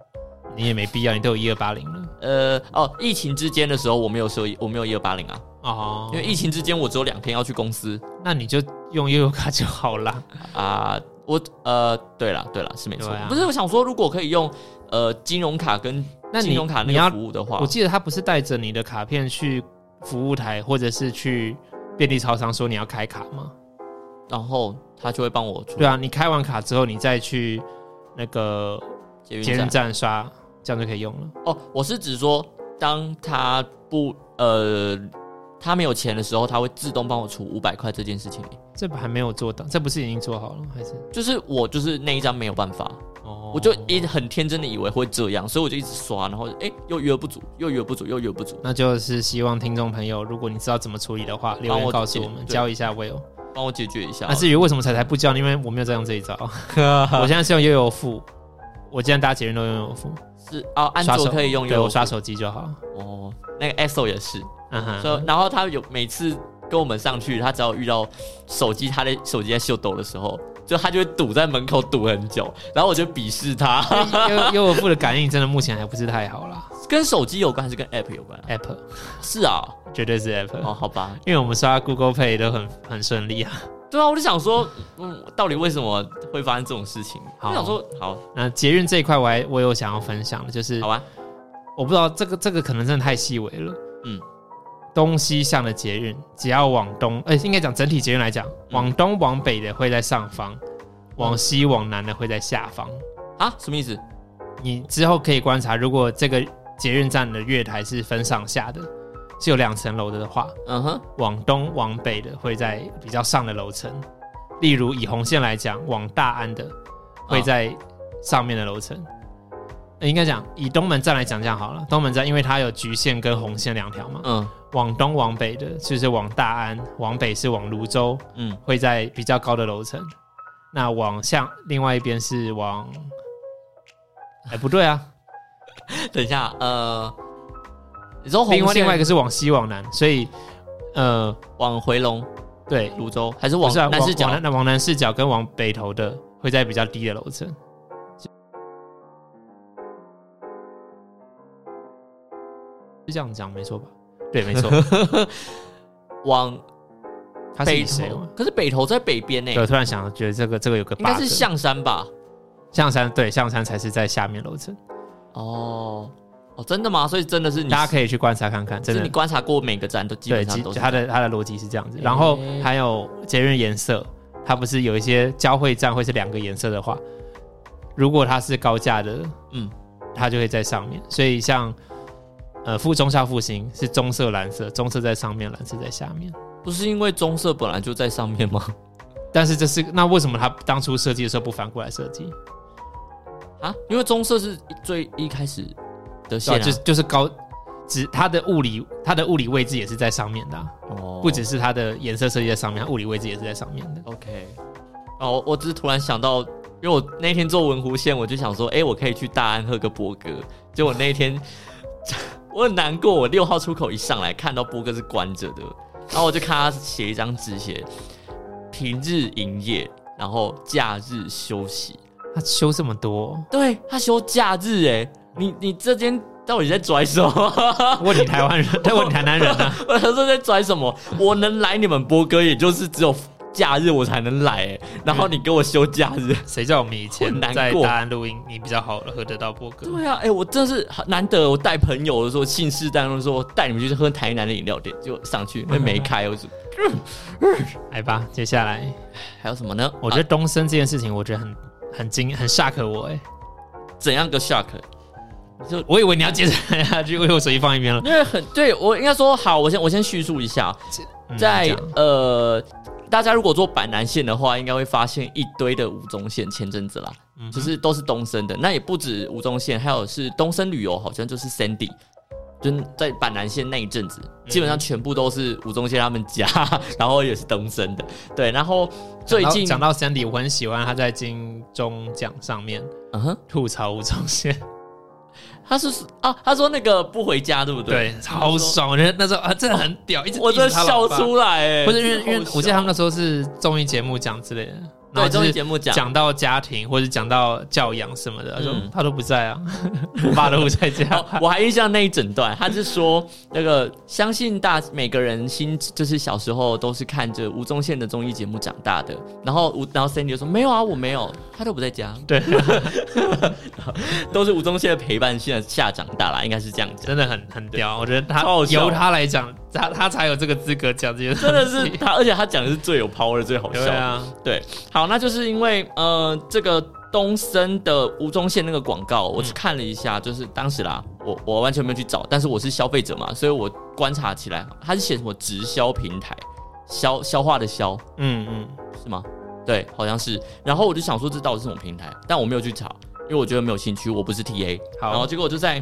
S2: 你也没必要，你都有一二八零了
S1: 呃，哦，疫情之间的时候我没有设一，我没有一二八零啊，
S2: 哦
S1: 因为疫情之间我只有两天要去公司
S2: 那你就用悠游卡就好啦。
S1: 啊。我呃，对了对了，是没错
S2: 对啊，
S1: 不是我想说，如果可以用呃金融卡跟
S2: 那你
S1: 金融卡那
S2: 你要
S1: 个服务的话
S2: 我，记得他不是带着你的卡片去服务台，或者是去便利超商说你要开卡吗？
S1: 然后他就会帮我出
S2: 对啊，你开完卡之后，你再去那个
S1: 捷运
S2: 捷
S1: 站
S2: 运。站刷，这样就可以用了。
S1: 哦，我是指说，当他不呃，他没有钱的时候，他会自动帮我出五百块这件事情，
S2: 这还没有做到，这不是已经做好了还是？
S1: 就是我就是那一张没有办法，
S2: 哦
S1: 我就一很天真的以为会这样，所以我就一直刷，然后哎、又约不足，又约不足，又约不足，
S2: 那就是希望听众朋友，如果你知道怎么处理的话，留言告诉我们，
S1: 对
S2: 教一下 Will。
S1: 帮我解决一下。
S2: 那至于为什么才才不教，因为我没有在用这 一招， 我现在是用悠游付，我既然搭捷运都用悠游付，
S1: 是啊，安
S2: 刷手
S1: 卓可以用
S2: 对
S1: 有
S2: 我刷手机就好。
S1: 哦，那个 EXO 也是，
S2: 嗯
S1: 所以
S2: 哼，
S1: 然后他有每次跟我们上去，他只要遇到手机他的手机在秀抖的时候，就他就会堵在门口堵很久，然后我就鄙视他，
S2: 悠悠游付的感应真的目前还不是太好啦
S1: 跟手机有关还是跟 App 有关？
S2: ，App
S1: 是啊，
S2: 绝对是 App，、
S1: 哦，好吧，
S2: 因为我们刷 Google Pay 都很很顺利啊。
S1: 对啊，我就想说，嗯，到底为什么会发生这种事情？
S2: 好
S1: 我想说，好，
S2: 那捷运这一块，我还我有想要分享的，就是
S1: 好啊吧，
S2: 我不知道这个这个可能真的太细微了。
S1: 嗯，
S2: 东西向的捷运，只要往东，哎、应该讲整体捷运来
S1: 嗯
S2: 讲，往东往北的会在上方，往西往南的会在下方。
S1: 啊，什么意思？
S2: 你之后可以观察，如果这个捷运站的月台是分上下的，是有两层楼的话，
S1: 嗯哼，
S2: 往东往北的会在比较上的楼层。例如以红线来讲，往大安的会在上面的楼层。
S1: 哦
S2: 呃应该讲以东门站来讲，这样好了。东门站因为它有橘线跟红线两条嘛，
S1: 嗯
S2: 往东往北的就是往大安，往北是往泸州，
S1: 嗯，
S2: 会在比较高的楼层。那往向另外一边是往，哎、不对啊，
S1: 等一下，呃，你说红
S2: 另外
S1: 线
S2: 另外一个是往西往南，所以呃，
S1: 往回龙、
S2: 对，
S1: 泸州，还是
S2: 不
S1: 往
S2: 是啊，
S1: 南
S2: 往
S1: 视角
S2: 往？南往南视角跟往北头的会在比较低的楼层。是这样讲没错吧？对， 没错。
S1: 往
S2: 他是
S1: 北
S2: 以谁
S1: 头
S2: 为？，
S1: 可是北头在北边呢，欸
S2: 对，我突然想，觉得这个这个有个
S1: 应该
S2: bug
S1: 是象山吧？
S2: 象山，对，象山才是在下面楼层。
S1: 哦哦，真的吗？所以真的是你，
S2: 大家可以去观察看看，真
S1: 是
S2: 的
S1: 你观察过每个站都基
S2: 对，
S1: 本上
S2: 其
S1: 都是
S2: 它的它的逻辑是这样子，然后
S1: 诶
S2: 还有捷运颜色，它不是有一些交汇站会是两个颜色的话，如果它是高价的，
S1: 嗯，
S2: 它就会在上面。所以像呃副中下复兴是棕色蓝色，棕色在上面，蓝色在下面。
S1: 不是因为棕色本来就在上面吗？
S2: 但是这是那为什么它当初设计的时候不反过来设计？
S1: 啊，因为棕色是最一开始的
S2: 对
S1: 线、
S2: 啊，
S1: 啊，
S2: 就是就是高，只它的物理它的物理位置也是在上面的啊、
S1: 哦
S2: 不只是它的颜色设计在上面，它物理位置也是在上面的。
S1: OK。哦，我只是突然想到，因为我那天做文湖线，我就想说，哎、我可以去大安喝个波哥。结果那一天 我很难过，我六号出口一上来看到波哥是关着的，然后我就看他写一张纸写平日营业，然后假日休息。
S2: 它修这么多，哦
S1: 对他休假日、哎，你你这间到底在拽什么？
S2: 问你台湾人， 再问你台南人啊？
S1: 我想说在拽什么？我能来你们波哥，也就是只有假日我才能来、哎然后你给我休假日。
S2: 谁叫我们以前
S1: 很难
S2: 在
S1: 过
S2: 大安录音，你比较好喝得到波哥？
S1: 对啊，哎、我真的是很难得，我带朋友的时候，信誓旦旦地说带你们去喝台南的饮料店，就上 去那没开，我就
S2: 来吧，接下来，
S1: 还有什么呢？
S2: 我觉得东升这件事情，我觉得很很惊，很 shock 我哎、
S1: 啊怎样个 shock？
S2: 我以为你要接着下去，因为我手机放 一边了。
S1: 因为很对我应该说好，我先我先叙述一下，
S2: 嗯
S1: 在、
S2: 这样
S1: 呃，大家如果做板南线的话，应该会发现一堆的吴宗宪，前阵子啦，
S2: 嗯哼
S1: 就是都是东升的。那也不止吴宗宪，还有是东升旅游，好像就是 Sandy，就是在板南线那一阵子，
S2: 嗯
S1: 基本上全部都是吴宗宪他们家， 然后也是东升的。对，然后最近，
S2: 讲到讲到 Sandy，我很喜欢他在金钟奖上面
S1: 嗯哼，
S2: 吐槽吴宗宪，
S1: 他是啊，他说那个不回家，对不对？
S2: 对，超爽，我觉得那时候啊，真的很屌，一直
S1: 我真的
S2: diss 他
S1: 笑
S2: 老爸，
S1: 出来、欸，
S2: 不是因为因为我记得他们
S1: 们
S2: 那时候是综艺节目讲之类的，然
S1: 对
S2: 后就
S1: 综
S2: 是
S1: 艺节目讲，
S2: 讲到家庭或者讲到教养什么的，他说
S1: 嗯
S2: 他都不在啊， 我爸都不在家
S1: 哦。我还印象那一整段，他是说那个相信大每个人心就是小时候都是看着吴宗宪的综艺节目长大的，然后吴然后 Sandy 就说没有啊，我没有，他都不在家，
S2: 对，
S1: 都是吴宗宪的陪伴下下长大啦，应该是这样讲。
S2: 真的很很屌，我觉得他
S1: 超好笑
S2: 由他来讲，他他才有这个资格讲这些东西。
S1: 真的是啊他，而且他讲的是最有 power 的、最好笑
S2: 对
S1: 的。
S2: 啊，
S1: 对，好，那就是因为呃，这个东森的吴宗宪那个广告，我是看了一下，就是当时啦，我我完全没有去找，但是我是消费者嘛，所以我观察起来，它是写什么直销平台，消消化的消
S2: 嗯嗯，
S1: 是吗？对，好像是。然后我就想说这到底是什么平台，但我没有去查，因为我觉得没有兴趣，我不是 TA。然后
S2: 好，
S1: 结果我就在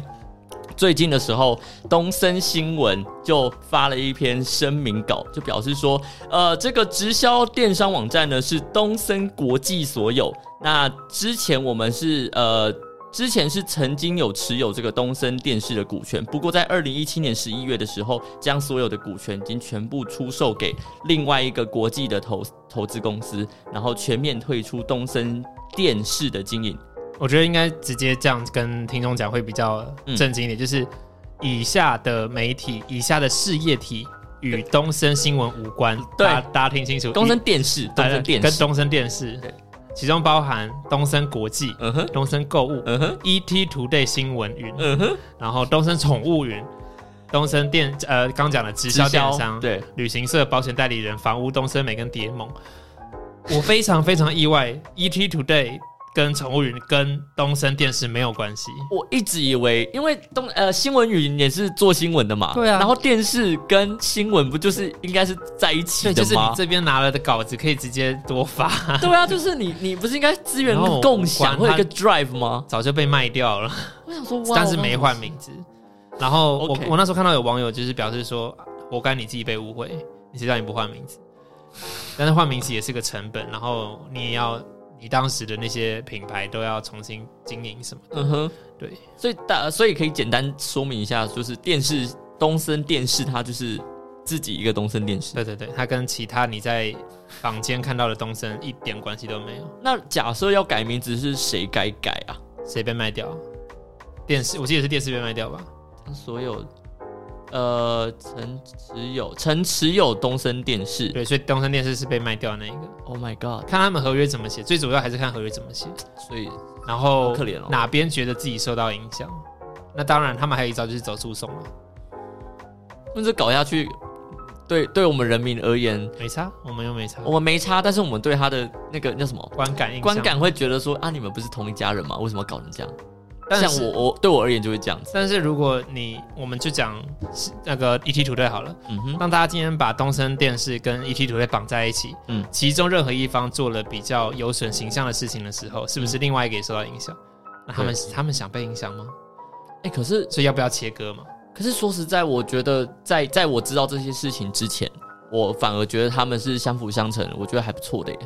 S1: 最近的时候，东森新闻就发了一篇声明稿，就表示说，呃，这个直销电商网站呢是东森国际所有。那之前我们是呃。之前是曾经有持有这个东森电视的股权，不过在二零一七年十一月的时候，将所有的股权已经全部出售给另外一个国际的投投资公司，然后全面退出东森电视的经营。
S2: 我觉得应该直接这样跟听众讲会比较
S1: 嗯
S2: 正经一点，就是以下的媒体、以下的事业体与东森新闻无关，
S1: 对
S2: 大家大家听清楚，
S1: 东森电视，东森电
S2: 嗯哎跟
S1: 视，
S2: 东森电视
S1: 对，
S2: 其中包含东森国际、
S1: 嗯哼，
S2: 东森购物、
S1: 嗯哼，
S2: ET Today 新闻云，
S1: 嗯哼，
S2: 然后东森宠物云、东森电呃刚讲的直销电商、
S1: 对，
S2: 旅行社、保险代理人、房屋、东森美跟蝶盟。我非常非常意外，ET Today 跟宠物云跟东森电视没有关系。
S1: 我一直以为，因为东呃新闻云也是做新闻的嘛，
S2: 对啊
S1: 然后电视跟新闻不就是应该是在一起
S2: 对，就
S1: 的
S2: 是你
S1: 吗？
S2: 这边拿了的稿子可以直接多发，
S1: 对啊，就是你你不是应该资源
S2: 然后
S1: 共享
S2: 管
S1: 会有一
S2: 它
S1: 个 drive 吗？
S2: 早就被卖掉了。
S1: 我想说，哇，
S2: 但是没换名字。然后我
S1: OK
S2: 我那时候看到有网友就是表示说，活该你自己被误会，你谁让你不换名字？但是换名字也是个成本，然后你也要你当时的那些品牌都要重新经营什么
S1: 嗯哼，
S2: 对，
S1: 所以大所以可以简单说明一下，就是电视东森电视它就是自己一个东森电视。
S2: 对对对，它跟其他你在坊间看到的东森一点关系都没有。
S1: 那假设要改名字是谁该改啊？
S2: 谁被卖掉？电视，我记得是电视被卖掉吧？
S1: 所有呃陈持有陈持有东森电视
S2: 对，所以东森电视是被卖掉的那一个。
S1: ，Oh my God！
S2: 看他们合约怎么写，最主要还是看合约怎么写。
S1: 所以
S2: 然后
S1: 好可怜哦
S2: 哪边觉得自己受到影响？那当然，他们还有一招就是走诉讼了，
S1: 那这搞下去，对对我们人民而言，
S2: 没差，我们又没差
S1: 我，们没差，但是我们对他的那个叫什么
S2: 观感印象
S1: 哦观，感会觉得说啊，你们不是同一家人吗？为什么要搞成这样？
S2: 但
S1: 像
S2: 是。
S1: 我我对我而言就会这样子，
S2: 但是如果你，我们就讲那个 ET 土队好了，
S1: 嗯哼，
S2: 让大家今天把东森电视跟 ET 土队绑在一起，
S1: 嗯
S2: 嗯，其中任何一方做了比较有损形象的事情的时候，是
S1: 嗯
S2: 不是另外一个也受到影响？那他们他们想被影响吗？
S1: 哎、可是
S2: 所以要不要切割嘛？
S1: 可是说实在，我觉得在在我知道这些事情之前，我反而觉得他们是相辅相成，我觉得还不错的耶。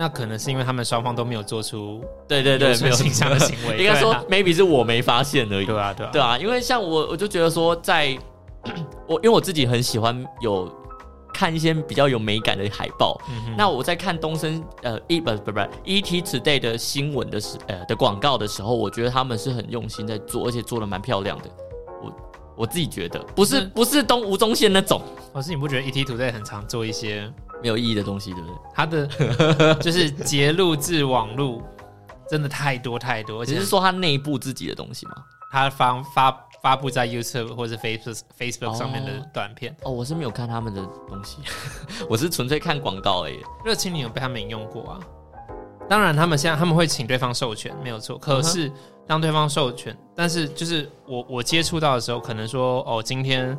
S2: 那可能是因为他们双方都没有做出
S1: 对对
S2: 有
S1: 对，没
S2: 损
S1: 有
S2: 形象的行为，
S1: 应该说
S2: 对啊
S1: maybe 是我没发现而已。
S2: 对啊对啊
S1: 对啊，因为像我，我就觉得说在，我因为我自己很喜欢有看一些比较有美感的海报。
S2: 嗯哼
S1: 那我在看东森呃 E 不不不 ET Today 的新闻的时呃的广告的时候，我觉得他们是很用心在做，而且做的蛮漂亮的。我我自己觉得不是
S2: 嗯
S1: 不是东吴宗宪那种
S2: 老师，你不觉得 ET 土队很常做一些
S1: 没有意义的东西，对不对？
S2: 它 的就是截录至网路，真的太多太多，而
S1: 只
S2: 且
S1: 是说他内部自己的东西吗？
S2: 它发发发布在 YouTube 或者 Facebook Facebook
S1: 哦
S2: 上面的短片。
S1: 哦，我是没有看他们的东西， 我是纯粹看广告而已。
S2: 热青你有被他们引用过啊？当然，他们现在他们会请对方授权，没有错。
S1: 嗯
S2: 可是当对方授权，但是就是我我接触到的时候，可能说哦，今天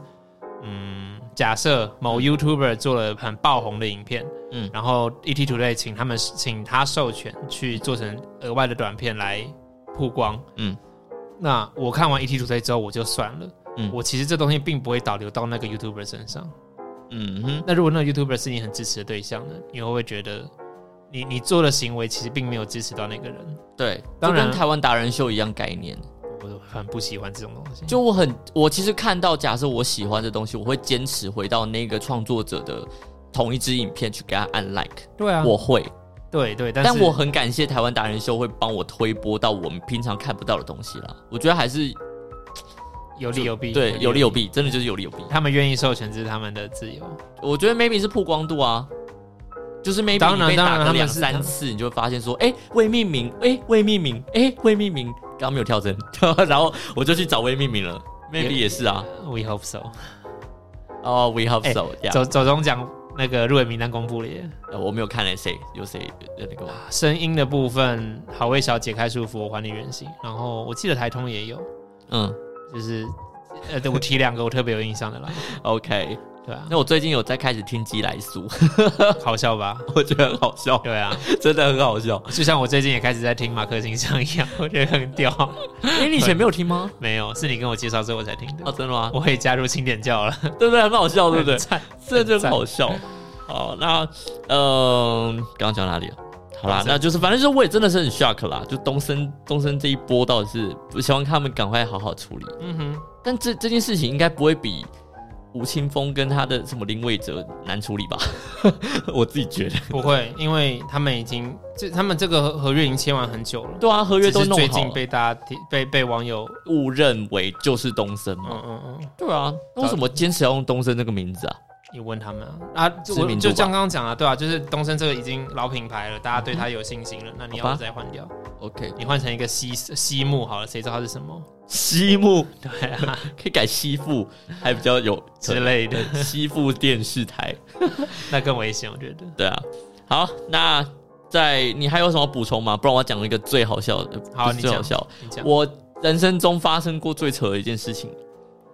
S2: 嗯，假设某 YouTuber 做了很爆红的影片，
S1: 嗯
S2: 嗯，然后 ET Today 请他们请他授权去做成额外的短片来曝光，
S1: 嗯
S2: 嗯，那我看完 ET Today 之后我就算了，
S1: 嗯
S2: 嗯，我其实这东西并不会导流到那个 YouTuber 身上。
S1: 嗯哼，
S2: 那如果那个 YouTuber 是你很支持的对象呢？你会不会觉得你你做的行为其实并没有支持到那个人？
S1: 对，就
S2: 当然
S1: 跟台湾达人秀一样概念。
S2: 我很不喜欢这种东西。
S1: 就我很，我其实看到，假设我喜欢的东西，我会坚持回到那个创作者的同一支影片去给他按 like，、
S2: 对啊，
S1: 我会。
S2: 对对，但
S1: 但
S2: 是
S1: 我很感谢台湾达人秀会帮我推播到我们平常看不到的东西啦。我觉得还是
S2: 有利有弊，
S1: 对有利有。弊，真的就是有利有弊。
S2: 他们愿意授权这是他们的自由，
S1: 我觉得 maybe 是曝光度啊，就是 maybe
S2: 当然
S1: 你被打
S2: 当然
S1: 个
S2: 他们
S1: 两
S2: 是
S1: 三次，你就会发现说，哎、未命名，哎、未命名，哎、未命名，刚刚没有跳针， 然后我就去找未命名了。maybe 也是啊，
S2: We hope so。
S1: 哦、w e hope
S2: 哎
S1: so，yeah、
S2: 走走总讲那个入围名单公布了耶。
S1: 呃，我没有看嘞，谁有谁的那个吗？
S2: 声音的部分，好味小姐开束缚，我还你原形。然后我记得台通也有，
S1: 嗯
S2: 就是呃，对我提两个我特别有印象的 啦，
S1: ，OK。
S2: 对啊，
S1: 那我最近有在开始听鸡来苏，
S2: 好笑吧？
S1: 我觉得很好笑，
S2: 对啊，
S1: 真的很好笑。
S2: 就像我最近也开始在听马克信箱一样，我觉得很屌。
S1: 哎、你以前没有听吗？
S2: 没有，是你跟我介绍之后我才听的。
S1: 哦，真的吗？
S2: 我也加入清点教了，
S1: 对不对？很好笑， 对不对？
S2: 赞
S1: 这就很好笑。好，那嗯，刚刚讲哪里了？好啦
S2: 东，森
S1: 那就是反正就是我也真的是很 shock 啦，就东森东森这一波到底是我希望他们赶快好好处理，
S2: 嗯哼，
S1: 但这这件事情应该不会比吴青峰跟他的什么林伟哲难处理吧？ 我自己觉得，
S2: 不会，因为他们已经这他们这个合合约已经签完很久了，
S1: 对啊，合约都
S2: 只是
S1: 弄
S2: 最
S1: 好
S2: 近
S1: 了，
S2: 被大家提被被网友，
S1: 误认为就是东森嘛，
S2: 嗯嗯嗯，
S1: 对啊，那为什么坚持要用东森这个名字啊？
S2: 你问他们啊，啊，就
S1: 知
S2: 我
S1: 名度
S2: 就
S1: 吧
S2: 像刚刚讲啊，对啊，就是东升这个已经老品牌了，大家对他有信心了，那你要
S1: 好
S2: 不
S1: 吧
S2: 要再换掉？
S1: OK，
S2: 你换成一个西西木好了，谁知道它是什么？
S1: 西木
S2: 对啊
S1: 可以改西富，还比较 有
S2: 之类的，
S1: 西富电视台。
S2: 那更危险，我觉得。
S1: 对啊，好，那在你还有什么补充吗？不然我讲一个最好笑的，
S2: 好
S1: 不是
S2: 你
S1: 最
S2: 讲
S1: 好笑。
S2: 你讲，
S1: 我人生中发生过最扯的一件事情，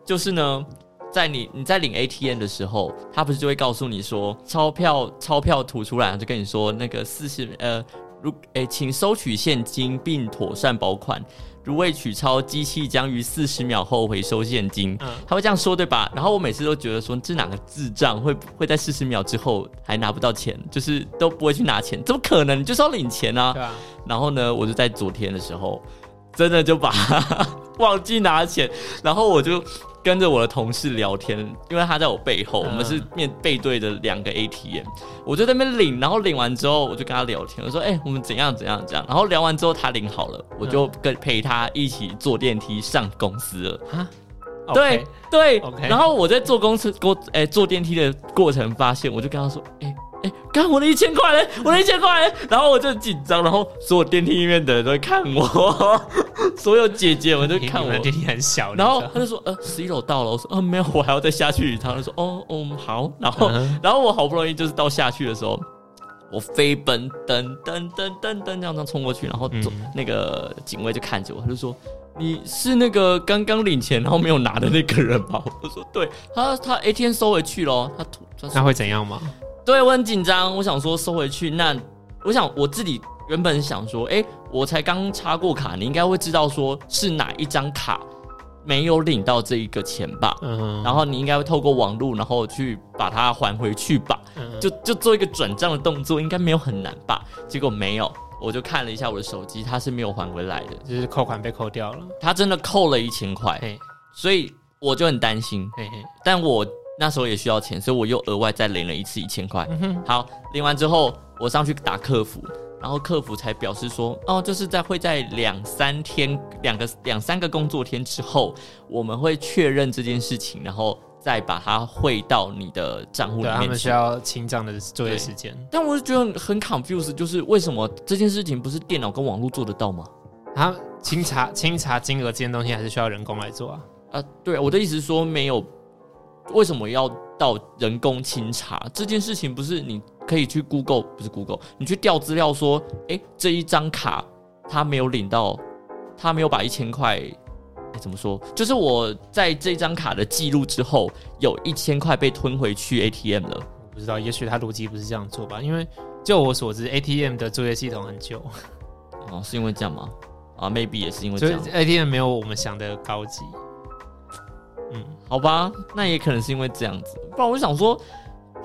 S1: 就是呢，在你你在领 ATM 的时候，他不是就会告诉你说钞票钞票吐出来，就跟你说那个四十呃，如诶、请收取现金并妥善保管，如未取钞，机器将于四十秒后回收现金。
S2: 嗯
S1: 他会这样说对吧？然后我每次都觉得说这哪个智障会会在四十秒之后还拿不到钱，就是都不会去拿钱，怎么可能？你就是要领钱啊！
S2: 对啊，
S1: 然后呢，我就在昨天的时候，真的就把 忘记拿钱，然后我就跟着我的同事聊天，因为他在我背后，
S2: 嗯
S1: 我们是面背对着两个 ATM，我就在那边领，然后领完之后我就跟他聊天，我说：“哎、我们怎样怎样怎样。”然后聊完之后他领好了，我就跟陪他一起坐电梯上公司了。对
S2: OK，
S1: 对
S2: OK
S1: 然后我在坐公司过哎、坐电梯的过程，发现我就跟他说，哎、哎，刚、我的一千块 嘞，我的一千块嘞，然后我就紧张，然后所有电梯里面的人都会看我， 所有姐姐们都
S2: 你
S1: 看
S2: 你
S1: 我
S2: 们的，弟弟很小，
S1: 然后
S2: 你知
S1: 他就说，呃，十一楼到了，我说，呃，没有，我还要再下去一趟，他就说，哦，嗯，好，然后
S2: 道嗯
S1: 然后我好不容易就是到下去的时候，我飞奔噔噔噔噔噔这样这样冲过去，然后走、
S2: 嗯
S1: 那个警卫就看着我，他就说。你是那个刚刚领钱然后没有拿的那个人吧？我说对，他他 ATM 收回去咯，他吐他
S2: 那会怎样吗？
S1: 对我很紧张，我想说收回去。那我想我自己原本想说，哎、我才刚插过卡，你应该会知道说是哪一张卡没有领到这一个钱吧？
S2: 嗯，
S1: 然后你应该会透过网络，然后去把它还回去吧。
S2: 嗯
S1: 就就做一个转账的动作，应该没有很难吧？结果没有，我就看了一下我的手机，它是没有还回来的，
S2: 就是扣款被扣掉了，
S1: 它真的扣了一千块，
S2: 嘿
S1: 所以我就很担心。
S2: 嘿嘿，
S1: 但我那时候也需要钱，所以我又额外再领了一次一千块。
S2: 嗯哼，
S1: 好，领完之后我上去打客服，然后客服才表示说，哦，就是在会在两三天、两个两三个工作天之后，我们会确认这件事情，然后再把它汇到你的账户
S2: 对
S1: 里
S2: 啊，他
S1: 面
S2: 们
S1: 去
S2: 需。要清账的作业
S1: 对
S2: 时间
S1: 但我就觉得很很 confused，就是为什么这件事情不是电脑跟网络做得到吗？
S2: 啊，清查清查金额这件东西还是需要人工来做啊，
S1: 啊，对，我的意思是说没有，为什么要到人工清查这件事情？不是你可以去 Google，不是 Google，你去调资料说，诶，这一张卡他没有领到，他没有把一千块。诶怎么说？就是我在这张卡的记录之后，有一千块被吞回去 ATM 了。
S2: 我不知道，也许他逻辑不是这样做吧，因为就我所知，ATM 的作业系统很久，
S1: 哦，是因为这样吗？啊，maybe 也是因为
S2: 所
S1: 这
S2: 以
S1: 样。
S2: ATM 没有我们想的高级，嗯，
S1: 好吧，那也可能是因为这样子，不然我就想说，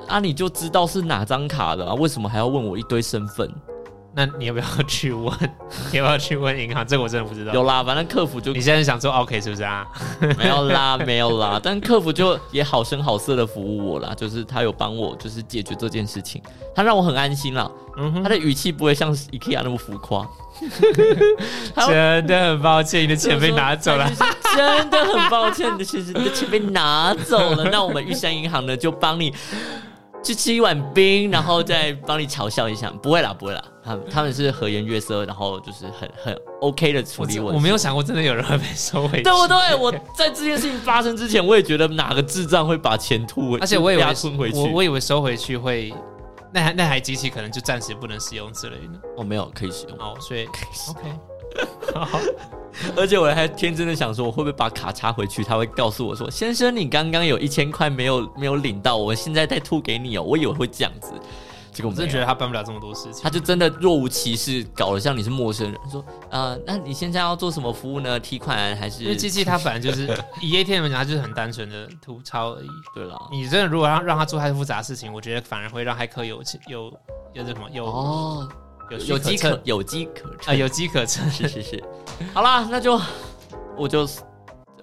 S1: 啊，你就知道是哪张卡了、啊，为什么还要问我一堆身份？
S2: 那你要不要去问？ 你要不要去问银行？这个我真的不知道。
S1: 有啦，反正客服就
S2: 你现在想做 OK 是不是啊？
S1: 没有啦， 没有啦，但客服就也好声好色的服务我啦，就是他有帮我就是解决这件事情，他让我很安心啦，
S2: 嗯
S1: 他的语气不会像 IKEA 那么浮夸，他
S2: 真的很抱歉，你的钱被拿走了。
S1: 就是说，真的很抱歉，你的钱你的钱被拿走了。那我们玉山银行呢，就帮你去吃一碗冰，然后再帮你嘲笑一下。不会啦，不会啦，他们他们是和颜悦色，然后就是很很 OK 的处
S2: 我
S1: 理
S2: 真
S1: 我。
S2: 我没有，想过真的有人会被收回去，
S1: 对不对？我在这件事情发生之前，我也觉得哪个智障会把钱吐回，
S2: 而且我以为
S1: 被他吞回去。
S2: 我我以为收回去会，那台那台机器可能就暂时不能使用之类的。
S1: 我没有可以使用，
S2: 哦，所以 OK，
S1: 而且我还天真的想说，我会不会把卡插回去？他会告诉我说：“先生，你刚刚有一千块没有没有领到，我现在再吐给你哦。”我以为会这样子，结果
S2: 我
S1: 没
S2: 真的
S1: 有
S2: 觉。得他办不了这么多事情。
S1: 他就真的若无其事，搞得像你是陌生人。说，呃，那你现在要做什么服务呢？提款还
S2: 因为
S1: 是？
S2: 机器它本来就是以 ATM 讲，它就是很单纯的吐槽而已。
S1: 对啦，
S2: 你真的如果让让他做太复杂的事情，我觉得反而会让骇客有有有这什么有、
S1: 哦，
S2: 有
S1: 有机
S2: 机可乘
S1: 可有机可
S2: 啊
S1: 乘，
S2: 有机可乘。
S1: 是是是。好啦，那就我就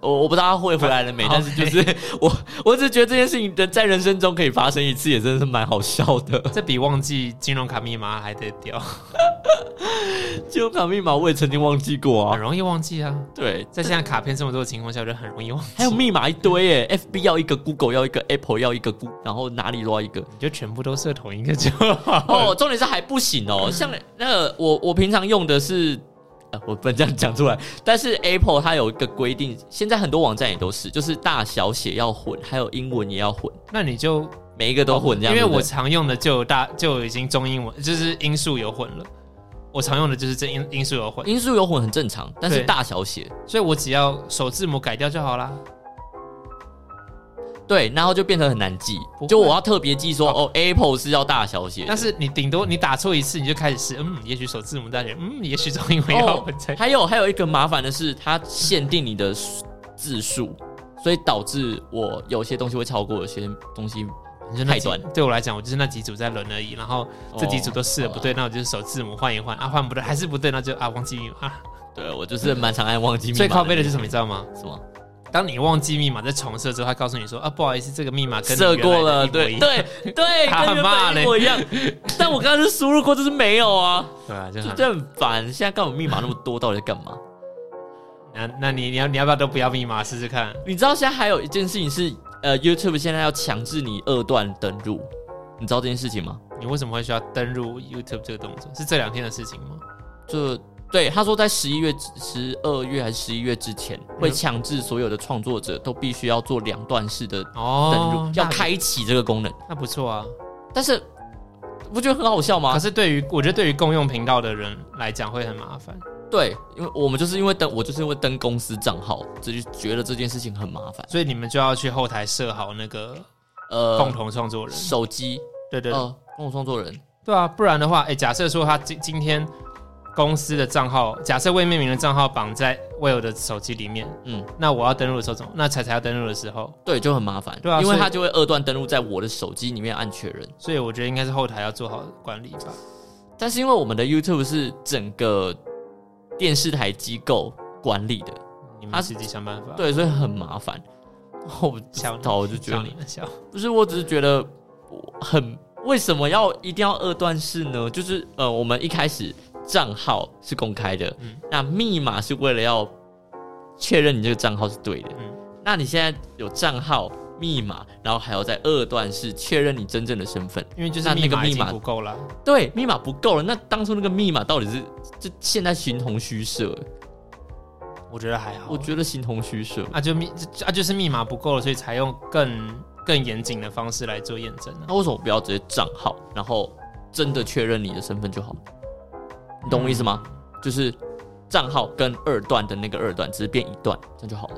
S1: 我我不知道他会回来了没，
S2: 好
S1: 但是就是 我我只是觉得这件事情的在人生中可以发生一次，也真的是蛮好笑的。
S2: 这比忘记金融卡密码还得屌，
S1: 信用卡密码我也曾经忘记过
S2: 很
S1: 啊，
S2: 容易忘记啊！
S1: 对，
S2: 在现在卡片这么多的情况下，我觉得很容易忘记，
S1: 还有密码一堆耶，FB 要一个，Google 要一个，Apple 要一个，Gu- 然后哪里乱一个。
S2: 你就全部都设同一个就好。
S1: 哦，重点是还不行哦。像那个我我平常用的是，呃，我不能这样讲出来。但是 Apple 它有一个规定，现在很多网站也都是，就是大小写要混，还有英文也要混，
S2: 那你就
S1: 每一个都混这样。
S2: 因为
S1: 对不
S2: 我
S1: 对
S2: 常用的就有大就已经中英文，就是音素有混了。我常用的就是这音音素有混，
S1: 音素有混很正常，但是
S2: 对
S1: 大小写
S2: 所以我只要首字母改掉就好啦。
S1: 对，然后就变成很难记
S2: 不会。
S1: 就我要特别记说，哦，Apple 是要大小写的，
S2: 但是你顶多你打错一次，你就开始试，嗯，也许首字母大写，嗯，也许中英文要混在。
S1: 哦还有还有一个麻烦的是，它限定你的字数，所以导致我有些东西会超过，有些东西
S2: 你就那
S1: 太
S2: 几
S1: 短
S2: 对我来讲，我就是那几组在轮而已，然后这几组都试了不对，那我就是首字母换一换，啊，换不对还是不对，那就啊忘记密码。
S1: 对我就是蛮常爱忘记密码。
S2: 最靠背的是什么，你知道吗？
S1: 什么？
S2: 当你忘记密码再重设之后，他告诉你说啊，不好意思，这个密码跟你
S1: 设
S2: 原来
S1: 过
S2: 的
S1: 了，
S2: 一模
S1: 对
S2: 一样
S1: 对对，
S2: 他
S1: 跟原
S2: 骂
S1: 本
S2: 嘞
S1: 一模一样。但我刚刚是输入过，就是没有啊，
S2: 对啊，就
S1: 就
S2: 很
S1: 这很烦。现在干嘛密码那么多，到底在干嘛？
S2: 那那你你要你要不要都不要密码试试看？
S1: 你知道现在还有一件事情是，呃，YouTube 现在要强制你二段登录，你知道这件事情吗？
S2: 你为什么会需要登入 YouTube 这个动作？是这两天的事情吗？
S1: 就对他说，在十一月、十二月还是十一月之前，
S2: 嗯
S1: 会强制所有的创作者都必须要做两段式的登入，
S2: 哦，
S1: 要
S2: 那
S1: 开启这个功能。
S2: 那不错啊。
S1: 但是不觉得很好啊笑吗
S2: 可？是对于我觉得对于共用频道的人来讲会很麻烦。
S1: 对，因为我们就是因为登，我就是因为登公司账号，这就觉得这件事情很麻烦。
S2: 所以你们就要去后台设好那个共
S1: 呃，
S2: 同创作人，
S1: 手机，
S2: 对对对、
S1: 呃，共同创作人，
S2: 对啊，不然的话，哎、假设说他今今天公司的账号，假设未命名的账号绑在 Will 的手机里面，
S1: 嗯，
S2: 那我要登录的时候怎么？那彩彩要登录的时候，
S1: 对，就很麻烦。
S2: 对啊
S1: 因为
S2: 所以
S1: 他就会二段登录在我的手机里面按确认。
S2: 所以我觉得应该是后台要做好管理吧。
S1: 但是因为我们的 YouTube 是整个电视台机构管理的，
S2: 你
S1: 他
S2: 们
S1: 是
S2: 自己想办法。，
S1: 对，所以很麻烦。我不知
S2: 笑你
S1: 道，我就觉
S2: 笑
S1: 得
S2: 你们笑。
S1: 不是，我只是觉得我很为什么要一定要二段式呢？就是呃，我们一开始账号是公开的，
S2: 嗯
S1: 那密码是为了要确认你这个账号是对的。
S2: 嗯
S1: 那你现在有账号、密码，然后还要在二段式确认你真正的身份。
S2: 因为就是
S1: 那那
S2: 密
S1: 个
S2: 码已
S1: 密
S2: 经
S1: 码
S2: 不够了，
S1: 对，密码不够了，那当初那个密码到底是这现在形同虚设？
S2: 哦我觉得还好。
S1: 我觉得形同虚设。
S2: 啊，就密啊，就是密码不够了，所以才用更更严谨的方式来做验证、啊。
S1: 那为什么不要直接账号，然后真的确认你的身份就好了？你懂我意思吗？就是账号跟二段的那个二段，只是变一段，这样就好了，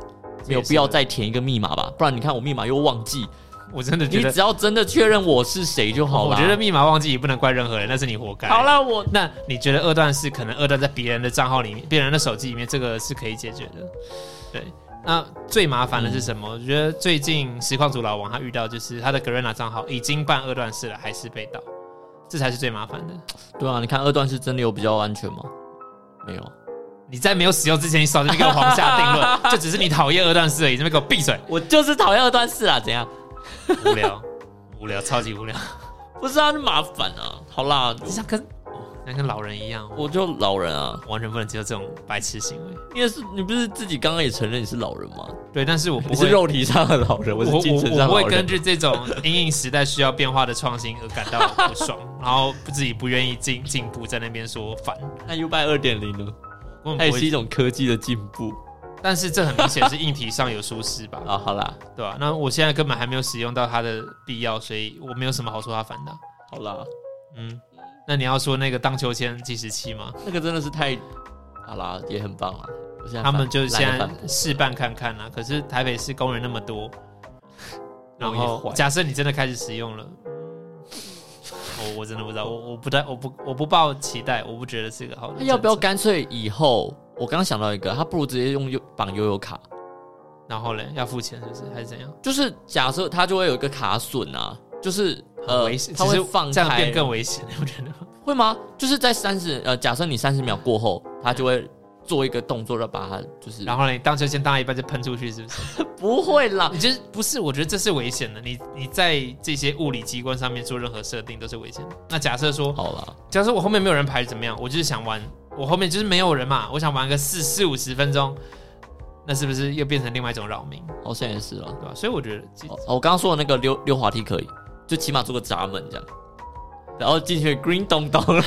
S1: 没有必要再填一个密码吧？不然你看我密码又忘记，
S2: 我真的
S1: 你
S2: 觉得
S1: 只要真的确认我是谁就好了。
S2: 我觉得密码忘记也不能怪任何人，那是你活该。
S1: 好，了，我
S2: 那你觉得二段是可能二段在别人的账号里面、别人的手机里面，这个是可以解决的。对，那最麻烦的是什么？我觉得最近实况组老王他遇到就是他的 Garena 账号已经办二段式了，还是被盗，这才是最麻烦的。
S1: 对啊，你看二段是真的有比较安全吗？没有啊，
S2: 你在没有使用之前，你少在那边给我黄下定论，就只是你讨厌二段式而已，这边给我闭嘴，
S1: 我就是讨厌二段式啊，怎样？
S2: 无聊，无聊，超级无聊。
S1: 不是啊，就麻烦啊。好啦，
S2: 这样跟哦，那像老人一样，我
S1: 我就老人啊，
S2: 完全不能接受这种白痴行为。
S1: 你也是你不是自己刚刚也承认你是老人吗？
S2: 对，但是我不
S1: 你是
S2: 会，
S1: 肉体上的老人，
S2: 我
S1: 是精神上的
S2: 我不会
S1: 老
S2: 根
S1: 人。
S2: 据这种因应时代需要变化的创新而感到不爽，然后自己不愿意进进步，在那边说烦。
S1: 那 U 拜二点零呢？
S2: 我
S1: 它
S2: 很
S1: 也
S2: 不
S1: 是一
S2: 会，
S1: 种科技的进步
S2: 但是这很明显是硬体上有疏失吧？
S1: 啊。好啦，
S2: 对吧、那我现在根本还没有使用到它的必要，所以我没有什么好说它烦的啊。
S1: 好啦，
S2: 嗯，那你要说那个荡秋千计时器吗？
S1: 那个真的是太好啦，也很棒啊。我现在
S2: 他们
S1: 反
S2: 就
S1: 懒得
S2: 现
S1: 反驳
S2: 在试办看看啦、可是台北市工人那么多，然
S1: 容易
S2: 后
S1: 坏
S2: 假设你真的开始使用了，我我真的不知道，我我不太我不我不抱期待，我不觉得是个好的
S1: 那
S2: 政策。
S1: 哎要不要干脆以后？我刚刚想到一个，他不如直接用悠绑悠悠卡，
S2: 然后嘞，要付钱是不是还是怎样？
S1: 就是假设他就会有一个卡损啊，就是
S2: 很
S1: 呃
S2: 危险，，
S1: 他
S2: 其
S1: 会
S2: 实
S1: 放
S2: 这样
S1: 开
S2: 变，更危险，我觉得。
S1: 会吗？就是在三十呃，假设你三十秒过后，他就会做一个动作，要把它就是
S2: 然后嘞，荡秋千荡一半就喷出去，是不是？
S1: 不会啦
S2: 你，就是不是？我觉得这是危险的。你你在这些物理机关上面做任何设定都是危险的。那假设说，
S1: 好啦，
S2: 假设我后面没有人排怎么样？我就是想玩，我后面就是没有人嘛，我想玩个四四五十分钟，那是不是又变成另外一种扰民，
S1: 好像也是啦。
S2: 对吧？所以我觉得这，
S1: 哦，我刚刚说的那个溜溜滑梯可以，就起码做个闸门这样，然后进去 green 咚咚，，
S2: 我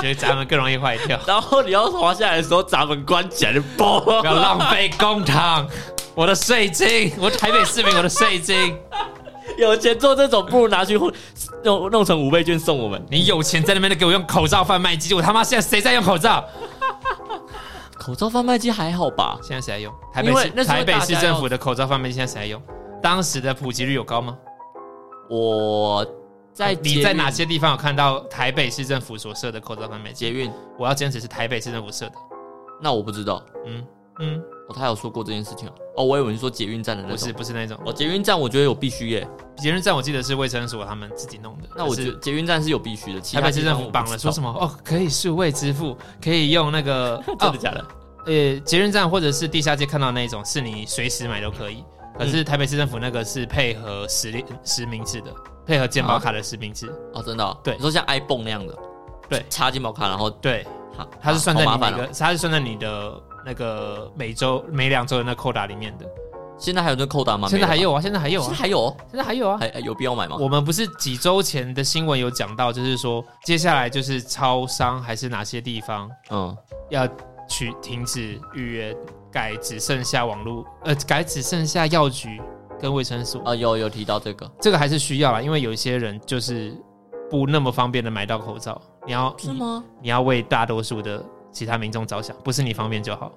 S2: 觉得咱们更容易坏掉
S1: 然后你要滑下来的时候，闸门关起来就爆。
S2: 不要浪费公帑，我的税金，我台北市民，我的税金，
S1: 有钱做这种，不如拿去互弄弄成五倍券送我们。
S2: 你有钱在那边都给我用口罩贩卖机，我他妈现在谁在用口罩？
S1: 口罩贩卖机还好吧？
S2: 现在谁在用？台
S1: 因
S2: 北
S1: 为那
S2: 市
S1: 时候
S2: 台北
S1: 大
S2: 市
S1: 家
S2: 政
S1: 要
S2: 府的口罩贩卖机现在谁在用？当时的普及率有高吗？
S1: 我在
S2: 啊你在哪些地方有看到台北市政府所设的口罩贩卖
S1: 捷
S2: 机？
S1: 运？
S2: 我要坚持是台北市政府设的。
S1: 那我不知道。
S2: 嗯嗯，
S1: 哦，他有说过这件事情啊。哦，我以为你说捷运站的那
S2: 不是
S1: 种。
S2: 不是那种，
S1: 哦，捷运站我觉得有必须耶。
S2: 捷运站我记得是卫生所他们自己弄的。
S1: 那我
S2: 就
S1: 觉得
S2: 是
S1: 捷运站是有必须的。其
S2: 台
S1: 他
S2: 北市
S1: 地
S2: 政
S1: 方
S2: 府
S1: 我不
S2: 绑
S1: 知
S2: 了
S1: 道
S2: 说什？么哦，可以数位支付，可以用那个
S1: 真
S2: 哦
S1: 的假的？
S2: 呃捷运站或者是地下街看到那一种，是你随时买都可以。
S1: 嗯
S2: 可是台北市政府那个是配合实力实名制的，配合健保卡的实名制。
S1: 哦，真的哦。
S2: 对
S1: 你说像 iPhone 那样的，
S2: 对
S1: 插金宝卡，然后
S2: 对，
S1: 好
S2: 它是算在
S1: 好
S2: 你
S1: 麻
S2: 那
S1: 烦
S2: 个
S1: 哦。，
S2: 它是算在你的那个每周每两周的那扣打里面的。
S1: 现在还有那个扣打吗？
S2: 现在还
S1: 没了
S2: 有啊，现在还有
S1: 吧，现在，
S2: 啊
S1: 还有哦，
S2: 现在还有啊。
S1: 还还有必要买吗？
S2: 我们不是几周前的新闻有讲到，就是说接下来就是超商还是哪些地方
S1: 嗯，
S2: 要去停止预约，改只剩下网络，呃，改只剩下药局跟卫生所。
S1: 啊，有有提到这个。
S2: 这个还是需要啦，因为有一些人就是不那么方便的买到口罩，你要
S1: 是吗？
S2: 你要为大多数的其他民众着想，不是你方便就好。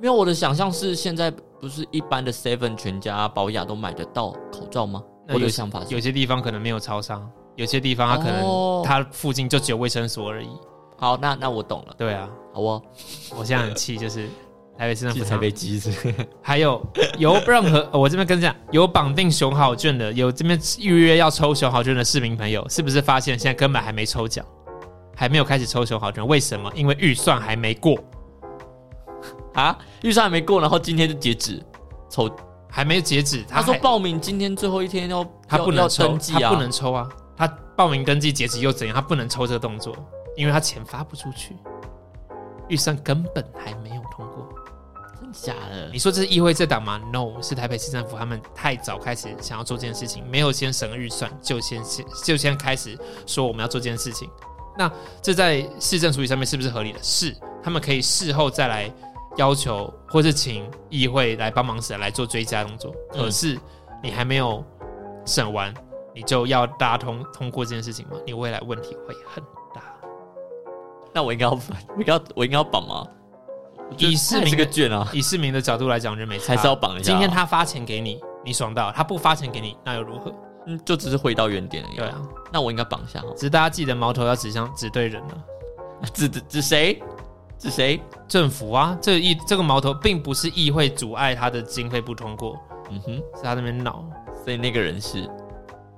S1: 没有，我的想象是现在不是一般的 Seven、全家、保雅都买得到口罩吗？
S2: 那
S1: 我的
S2: 有
S1: 想法是
S2: 有些地方可能没有超商，有些地方它可
S1: 哦
S2: 能它附近就只有卫生所而已。
S1: 好，那那我懂了，
S2: 对啊，
S1: 好哦。
S2: 我现在很气，就是台北市政府他们
S1: 机子，
S2: 还有有任何呃我这边跟你讲，有绑定熊好券的，有这边预约要抽熊好券的市民朋友，是不是发现现在根本还没抽奖，还没有开始抽熊好券？为什么？因为预算还没过，
S1: 啊，预算还没过，然后今天就截止抽。
S2: 还没截止。
S1: 他
S2: 他
S1: 说
S2: 还
S1: 报名今天最后一天要
S2: 他
S1: 要
S2: 不能
S1: 要
S2: 抽，
S1: 登记啊，
S2: 他不能抽啊，他报名登记截止又怎样？他不能抽这个动作，因为他钱发不出去，预算根本还没有通过。
S1: 真的假的
S2: 你？说这是议会政党吗？No，是台北市政府他们太早开始想要做这件事情，没有先审预算，就先先就先开始说我们要做这件事情。那这在市政处理上面是不是合理的？是，他们可以事后再来要求，或是请议会来帮忙审来做追加动作。
S1: 嗯
S2: 可是你还没有审完，你就要大家通通过这件事情吗？你未来问题会 很大。
S1: 那我应该要我应该要我应该要绑吗？
S2: 以市
S1: 这
S2: 民
S1: 个
S2: 的
S1: 券啊，
S2: 以市民的角度来讲，我觉得没
S1: 还
S2: 差
S1: 是要绑一下啊。
S2: 今天他发钱给你，你爽到；他不发钱给你，那又如何？
S1: 嗯就只是回到原点而已。
S2: 对啊，
S1: 那我应该绑一下哦。
S2: 只是大家记得矛头要指向指对人了。
S1: 指指指谁？指谁？
S2: 政府啊，这议这个矛头并不是议会阻碍他的经费不通过，
S1: 嗯哼，
S2: 是他那边闹
S1: 所以那个人是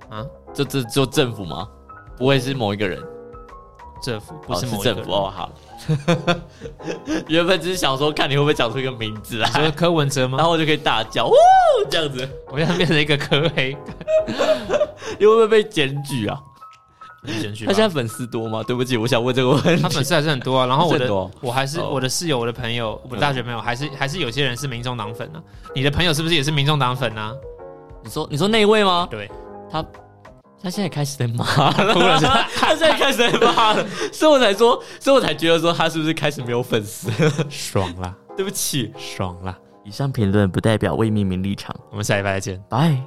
S2: 啊。
S1: 就这就政府吗？不会是某一个人？
S2: 政府不是
S1: 哦
S2: 某一个
S1: 政
S2: 人
S1: 府，哦，好。 原本只是想说看你会不会讲出一个名字啊
S2: 你，说柯文哲
S1: 然
S2: 吗？
S1: 后我就可以大叫哦，这样子，
S2: 我现在变成一个柯黑，
S1: 你会不会被检举啊？
S3: 你先去
S1: 他
S3: 吧。
S1: 现在粉丝多吗？对不起，我想问这个问
S2: 他
S1: 题。
S2: 粉丝还是很 多啊。然后我
S1: 真
S2: 的
S1: 的哦
S2: 我还是
S1: 哦嗯
S2: 我的室友、我的朋友、我的大学朋友，还是还是有些人是民众党粉呢、啊。你的朋友是不是也是民众党粉呢、
S1: 你说你说那一位吗
S2: 啊？？对，
S1: 他现在开始在骂了，
S2: 哭了是吧
S1: 他现在开始在 骂了，所以我才说，所以我才觉得说他是不是开始没有粉丝？
S2: 爽啦，
S1: 对不起，
S2: 爽啦！
S1: 以上评论不代表未命名立场。
S2: 我们下礼拜再见。
S1: 拜。